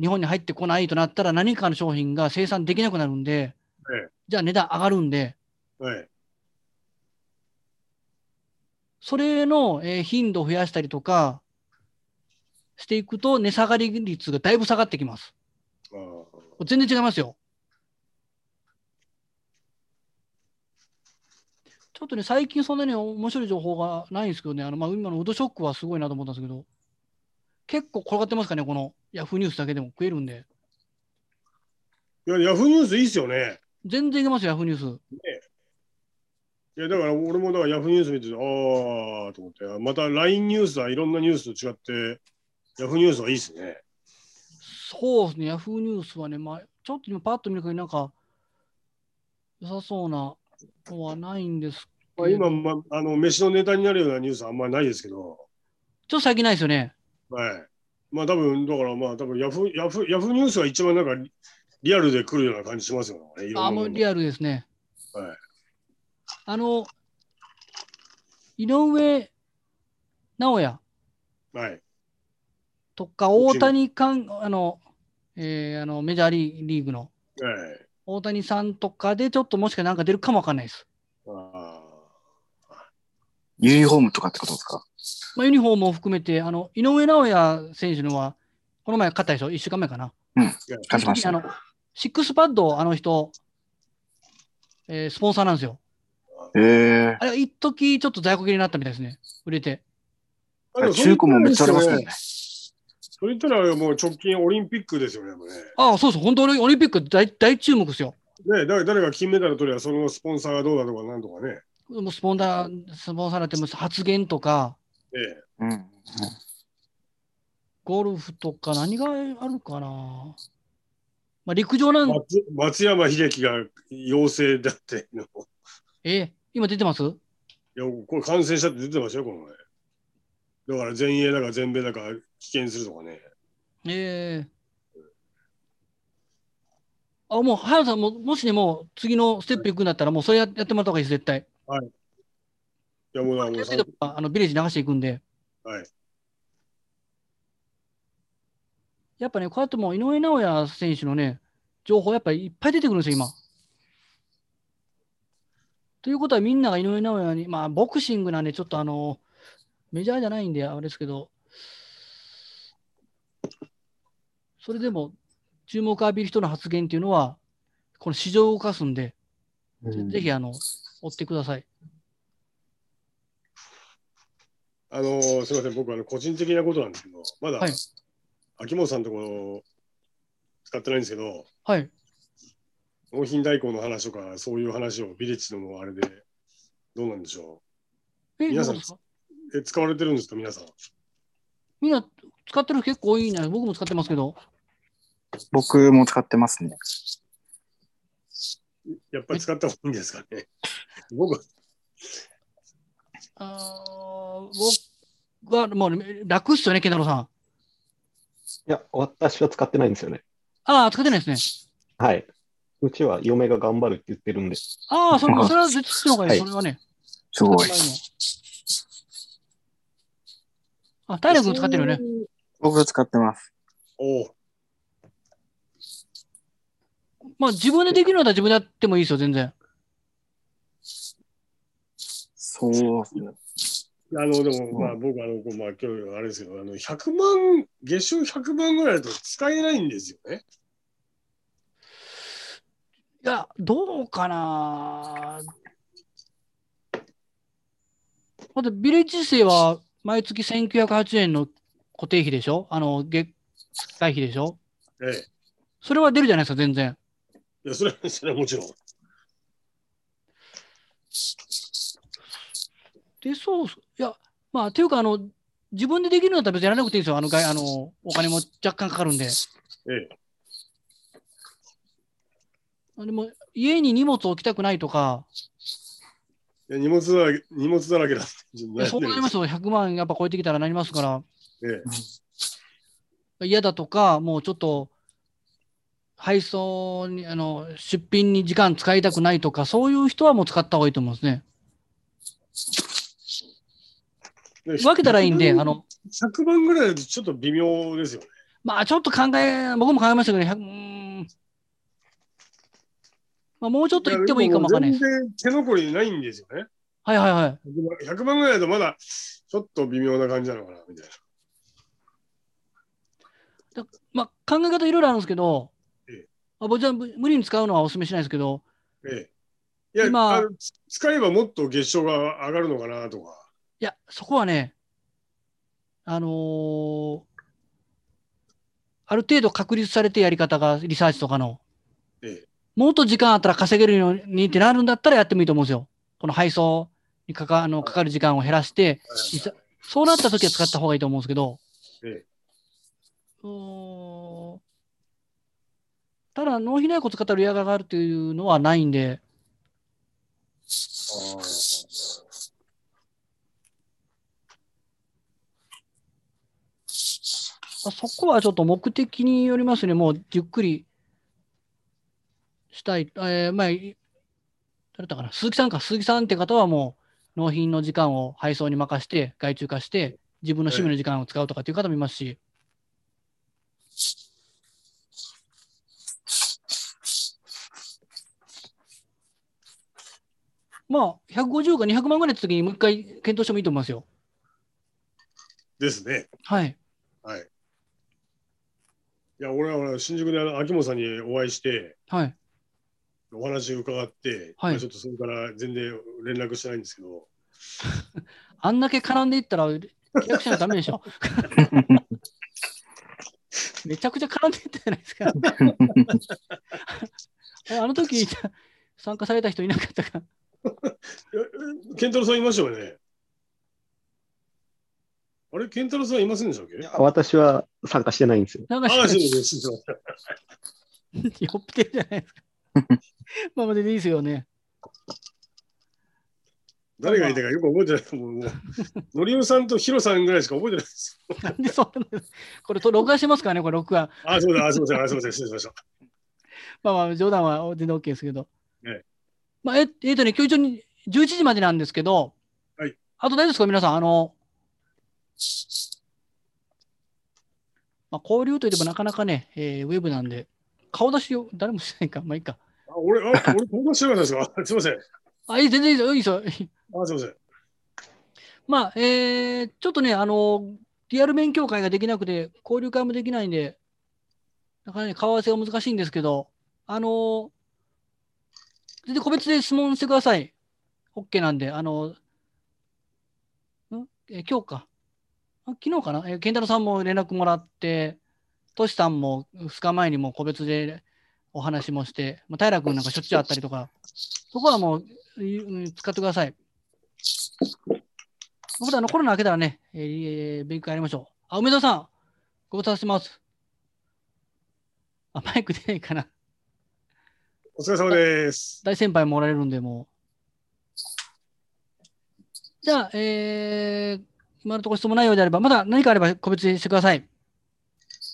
[SPEAKER 1] 日本に入ってこないとなったら何かの商品が生産できなくなるんで、
[SPEAKER 2] ええ
[SPEAKER 1] じゃあ値段上がるんで、
[SPEAKER 2] はい。
[SPEAKER 1] それのえー頻度を増やしたりとかしていくと値下がり率がだいぶ下がってきます。
[SPEAKER 2] あー
[SPEAKER 1] 全然違いますよ。ちょっとね、最近そんなに面白い情報がないんですけどね、あのまあ今のウッドショックはすごいなと思ったんですけど、結構転がってますかね、このヤフーニュースだけでも食えるんで。
[SPEAKER 2] いや、ヤフーニュースいいっすよね。
[SPEAKER 1] 全然いけますよ、ヤフーニュース。
[SPEAKER 2] いや、だから俺もだからヤフーニュース見てて、ああと思って、また LINE ニュースはいろんなニュースと違って、ヤフーニュースはいいっすね。
[SPEAKER 1] そうですね、ヤフーニュースはね、まあ、ちょっと今パッと見る限り、なんか、良さそうなのはないんですけ
[SPEAKER 2] ま
[SPEAKER 1] ど、
[SPEAKER 2] あ、今、
[SPEAKER 1] ちょっ
[SPEAKER 2] まあ、あの飯のネタになるようなニュースあんまりないですけど、
[SPEAKER 1] と最近ないですよね。
[SPEAKER 2] はい。まあ多分、だからまあ多分ヤフー、ヤフー、ヤフーニュースが一番なんか、リアルで来るような感じしますよね。いろんな
[SPEAKER 1] あ、
[SPEAKER 2] も
[SPEAKER 1] も
[SPEAKER 2] の
[SPEAKER 1] うリアルですね。
[SPEAKER 2] はい
[SPEAKER 1] あの、井上尚弥
[SPEAKER 2] はい。
[SPEAKER 1] とか、大谷かんあの、えーあの、メジャーリーリーグの
[SPEAKER 2] はい。
[SPEAKER 1] 大谷さんとかで、ちょっともしかなんか出るかもわかんないです。
[SPEAKER 2] あ
[SPEAKER 6] ユニフォームとかってことですか
[SPEAKER 1] まあ、ユニフォームも含めて、あの、井上尚弥選手のは、この前勝ったでしょ ?1 週間前かな。
[SPEAKER 6] 勝ちました
[SPEAKER 1] あ。の、シックスパッド、あの人、えースポンサーなんですよ。
[SPEAKER 6] ええ
[SPEAKER 1] あれ、一時ちょっと在庫切れになったみたいですね。売れて。
[SPEAKER 2] ー
[SPEAKER 6] ー。中古もめっちゃありますもんね。。
[SPEAKER 2] それ言ったらもう直近オリンピックですよね。やっぱね
[SPEAKER 1] ああ、そうそう、本当にオリンピック大大注目ですよ。
[SPEAKER 2] ね誰誰が金メダル取ればそのスポンサーがどうだとかなんとかね。
[SPEAKER 1] もうスポンサー、スポンサーなんてもう発言とか、
[SPEAKER 2] え
[SPEAKER 6] うん。うん
[SPEAKER 1] ゴルフとか何があるかな。まあ、陸上な
[SPEAKER 2] え
[SPEAKER 1] ん、
[SPEAKER 2] 松松山英樹が陽性だっていうのを
[SPEAKER 1] え、今出てます
[SPEAKER 2] いやこれ感染したって出てましたよ、この前。だから全英だか全米だか危険するとかね。
[SPEAKER 1] ええあ、もう、原田さんも、もしね、もう次のステップ行くんだったら、もうそれややってもらった方がいいです、絶対。
[SPEAKER 2] いやもうだからもうさん
[SPEAKER 1] でもあのビレッジ流していくんで。
[SPEAKER 2] はい。
[SPEAKER 1] やっぱね、こうやってもう井上尚弥選手のね、情報やっぱりいっぱい出てくるんですよ、今。ということはみんなが井上尚弥に、まあボクシングなんでちょっとあの、メジャーじゃないんであれですけど、それでも注目を浴びる人の発言っていうのは、この市場を動かすんで、ぜひあの、追ってください。
[SPEAKER 2] あのーすみません、僕あの個人的なことなんですけど、まだ、
[SPEAKER 1] はい
[SPEAKER 2] 秋元さんのところ使ってないんですけど、
[SPEAKER 1] はい。
[SPEAKER 2] 納品代行の話とか、そういう話をビレッジのあれで、どうなんでしょ
[SPEAKER 1] え、
[SPEAKER 2] 皆さん
[SPEAKER 1] どうですか
[SPEAKER 2] う。え使われてるんですか、皆さん。
[SPEAKER 1] みんな使ってる人結構多いな、僕も使ってますけど、
[SPEAKER 6] 僕も使ってますね。
[SPEAKER 2] やっぱり使った方がいいんですか ね。僕は、
[SPEAKER 1] あー僕はもうね楽っすよね、健太郎さん。
[SPEAKER 5] いや、私は使ってないんですよね。
[SPEAKER 1] ああ、使ってないですね。
[SPEAKER 5] はい。うちは嫁が頑張るって言ってるんで、
[SPEAKER 1] ああ、それそれは絶対の方がいい、
[SPEAKER 5] はい
[SPEAKER 1] それはね。
[SPEAKER 6] すごい。
[SPEAKER 1] あ、体力も使ってるよね。
[SPEAKER 6] 僕使ってます。
[SPEAKER 2] おう
[SPEAKER 1] まあ自分でできるのは自分でやってもいいですよ、全然。
[SPEAKER 6] そうです ね。
[SPEAKER 2] いやあの、でも、まあ、僕、あの、こうまあ、今日、あれですけど、あの、100万、月収100万ぐらいだと使えないんですよね。
[SPEAKER 1] いや、どうかな。だってビレッジ生は毎月1980円の固定費でしょあの、月会費でしょ
[SPEAKER 2] ええ。
[SPEAKER 1] それは出るじゃないですか、全然。
[SPEAKER 2] いや、それは、 それはもちろん。
[SPEAKER 1] で、そうっす、いや、まあ、というか、あの、自分でできるんだったら別にやらなくていいんですよ。あの、がいあのお金も若干かかるんで。
[SPEAKER 2] え
[SPEAKER 1] あでも、家に荷物置きたくないとか、
[SPEAKER 2] え。いや荷物だらけ、荷物だらけだって。
[SPEAKER 1] いやそうなりますよ。100万やっぱ超えてきたらなりますから。
[SPEAKER 2] え
[SPEAKER 1] 嫌だとか、もうちょっと、配送に、あの、出品に時間使いたくないとか、そういう人はもう使った方がいいと思うんですね。
[SPEAKER 2] え。
[SPEAKER 1] 分けたらいいんで、あの、
[SPEAKER 2] 100万ぐらいだとちょっと微妙ですよね。
[SPEAKER 1] まあちょっと考え、僕も考えましたけど、100うーんまあ、もうちょっと言ってもいいかもわかんないで
[SPEAKER 2] や
[SPEAKER 1] す。
[SPEAKER 2] でも全然手残りないんですよね。
[SPEAKER 1] はいはいはい。
[SPEAKER 2] 100万100万ぐらいだとまだちょっと微妙な感じなのかな、みたいな。
[SPEAKER 1] まあ考え方いろいろあるんですけど
[SPEAKER 2] ええ、
[SPEAKER 1] まあ、僕じゃ無無理に使うのはお勧めしないですけど、
[SPEAKER 2] ええ。いや、
[SPEAKER 1] 今
[SPEAKER 2] あのつ使えばもっと月賞が上がるのかなとか。
[SPEAKER 1] いや、そこはね、あのーある程度確立されてやり方が、リサーチとかの、
[SPEAKER 2] ええ。
[SPEAKER 1] もっと時間あったら稼げるようにってなるんだったらやってもいいと思うんですよ。この配送にかかあのかかる時間を減らして、リサそうなった時は使った方がいいと思うんですけど、
[SPEAKER 2] え
[SPEAKER 1] うーんただ、納品代行使ったら売り上げが上がるっていうのはないんで、
[SPEAKER 2] あー
[SPEAKER 1] まあそこはちょっと目的によりますね、もうゆっくりしたい、えー、まあ、い誰だったかな、鈴木さんか、鈴木さんって方はもう、納品の時間を配送に任せて、外注化して、自分の趣味の時間を使うとかっていう方もいますし、まあ、150か200万ぐらいって時にもう一回検討してもいいと思いますよ。
[SPEAKER 2] ですね。
[SPEAKER 1] はい。
[SPEAKER 2] はい。いや、俺はほら新宿であの秋元さんにお会いして、
[SPEAKER 1] はい。
[SPEAKER 2] お話伺って、
[SPEAKER 1] はい
[SPEAKER 2] まあちょっとそれから全然連絡してないんですけど、
[SPEAKER 1] あんだけ絡んでいったら、契約者のためで しょ。めちゃくちゃ絡んでいったじゃないですか。あの時参加された人いなかったか。
[SPEAKER 2] ええ健太郎さんいましたよね。あれ、健太郎さんいませんでしたっけ
[SPEAKER 5] 私は参加してないんですよ。
[SPEAKER 1] なんか、
[SPEAKER 2] あ、
[SPEAKER 1] よ
[SPEAKER 2] そうですそうです
[SPEAKER 1] っぴてるじゃないですか。まあまあ、全然いいですよね。
[SPEAKER 2] 誰がいたかよく覚えてない。もう、もうのりおさんとヒロさんぐらいしか覚えてないです。
[SPEAKER 1] なんでそうなんですこれ、と録画してますからね、これ、録画。
[SPEAKER 2] あ、そうだ、あ、すみません、あ、すみません、失礼しました。
[SPEAKER 1] まあまあ、冗談は全然 OK ですけど。
[SPEAKER 2] ええ
[SPEAKER 1] まあ、ええっとね、今日一応に11時までなんですけど、
[SPEAKER 2] はい
[SPEAKER 1] あと大丈夫ですか、皆さん。あの、まあ、交流といってもなかなかね、えーウェブなんで、顔出しを誰もしないか、まあいいか。
[SPEAKER 2] あ、俺、あ、俺、友達じゃなかったですか。すみません。あ、
[SPEAKER 1] あ、いい、全然いいですよ、いいですよ。
[SPEAKER 2] すみません。
[SPEAKER 1] まあ、えーちょっとね、あの、リアル勉強会ができなくて、交流会もできないんで、なかなかね顔合わせが難しいんですけど、あの、全然個別で質問してください。OK なんで、あの、んえー今日か。あ昨日かなえー健太郎さんも連絡もらって、トシさんも2日前にも個別でお話もして、まあ、平君なんかしょっちゅうあったりとか、そこはもう、い使ってください。僕らのコロナ明けたらね、えーえー勉強会やりましょう。あ、梅沢さん、ご無沙汰してます。あ、マイク出ないかな。
[SPEAKER 2] お疲れ様です。
[SPEAKER 1] 大先輩もおられるんで、もう。じゃあ、えー、今のところ質問内容であれば、まだ何かあれば個別にしてください。
[SPEAKER 6] はい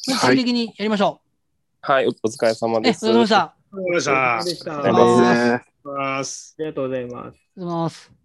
[SPEAKER 1] 定期的にやりましょ
[SPEAKER 7] はい、おお疲れ様
[SPEAKER 1] う。え、お
[SPEAKER 7] で
[SPEAKER 1] 疲
[SPEAKER 7] す。
[SPEAKER 1] れ様でした。あ
[SPEAKER 2] お疲れ様でした。あ
[SPEAKER 4] あ
[SPEAKER 2] りがとう
[SPEAKER 4] り
[SPEAKER 2] ご
[SPEAKER 4] が
[SPEAKER 2] ざいます。
[SPEAKER 4] とうございます。
[SPEAKER 1] りがとうございます。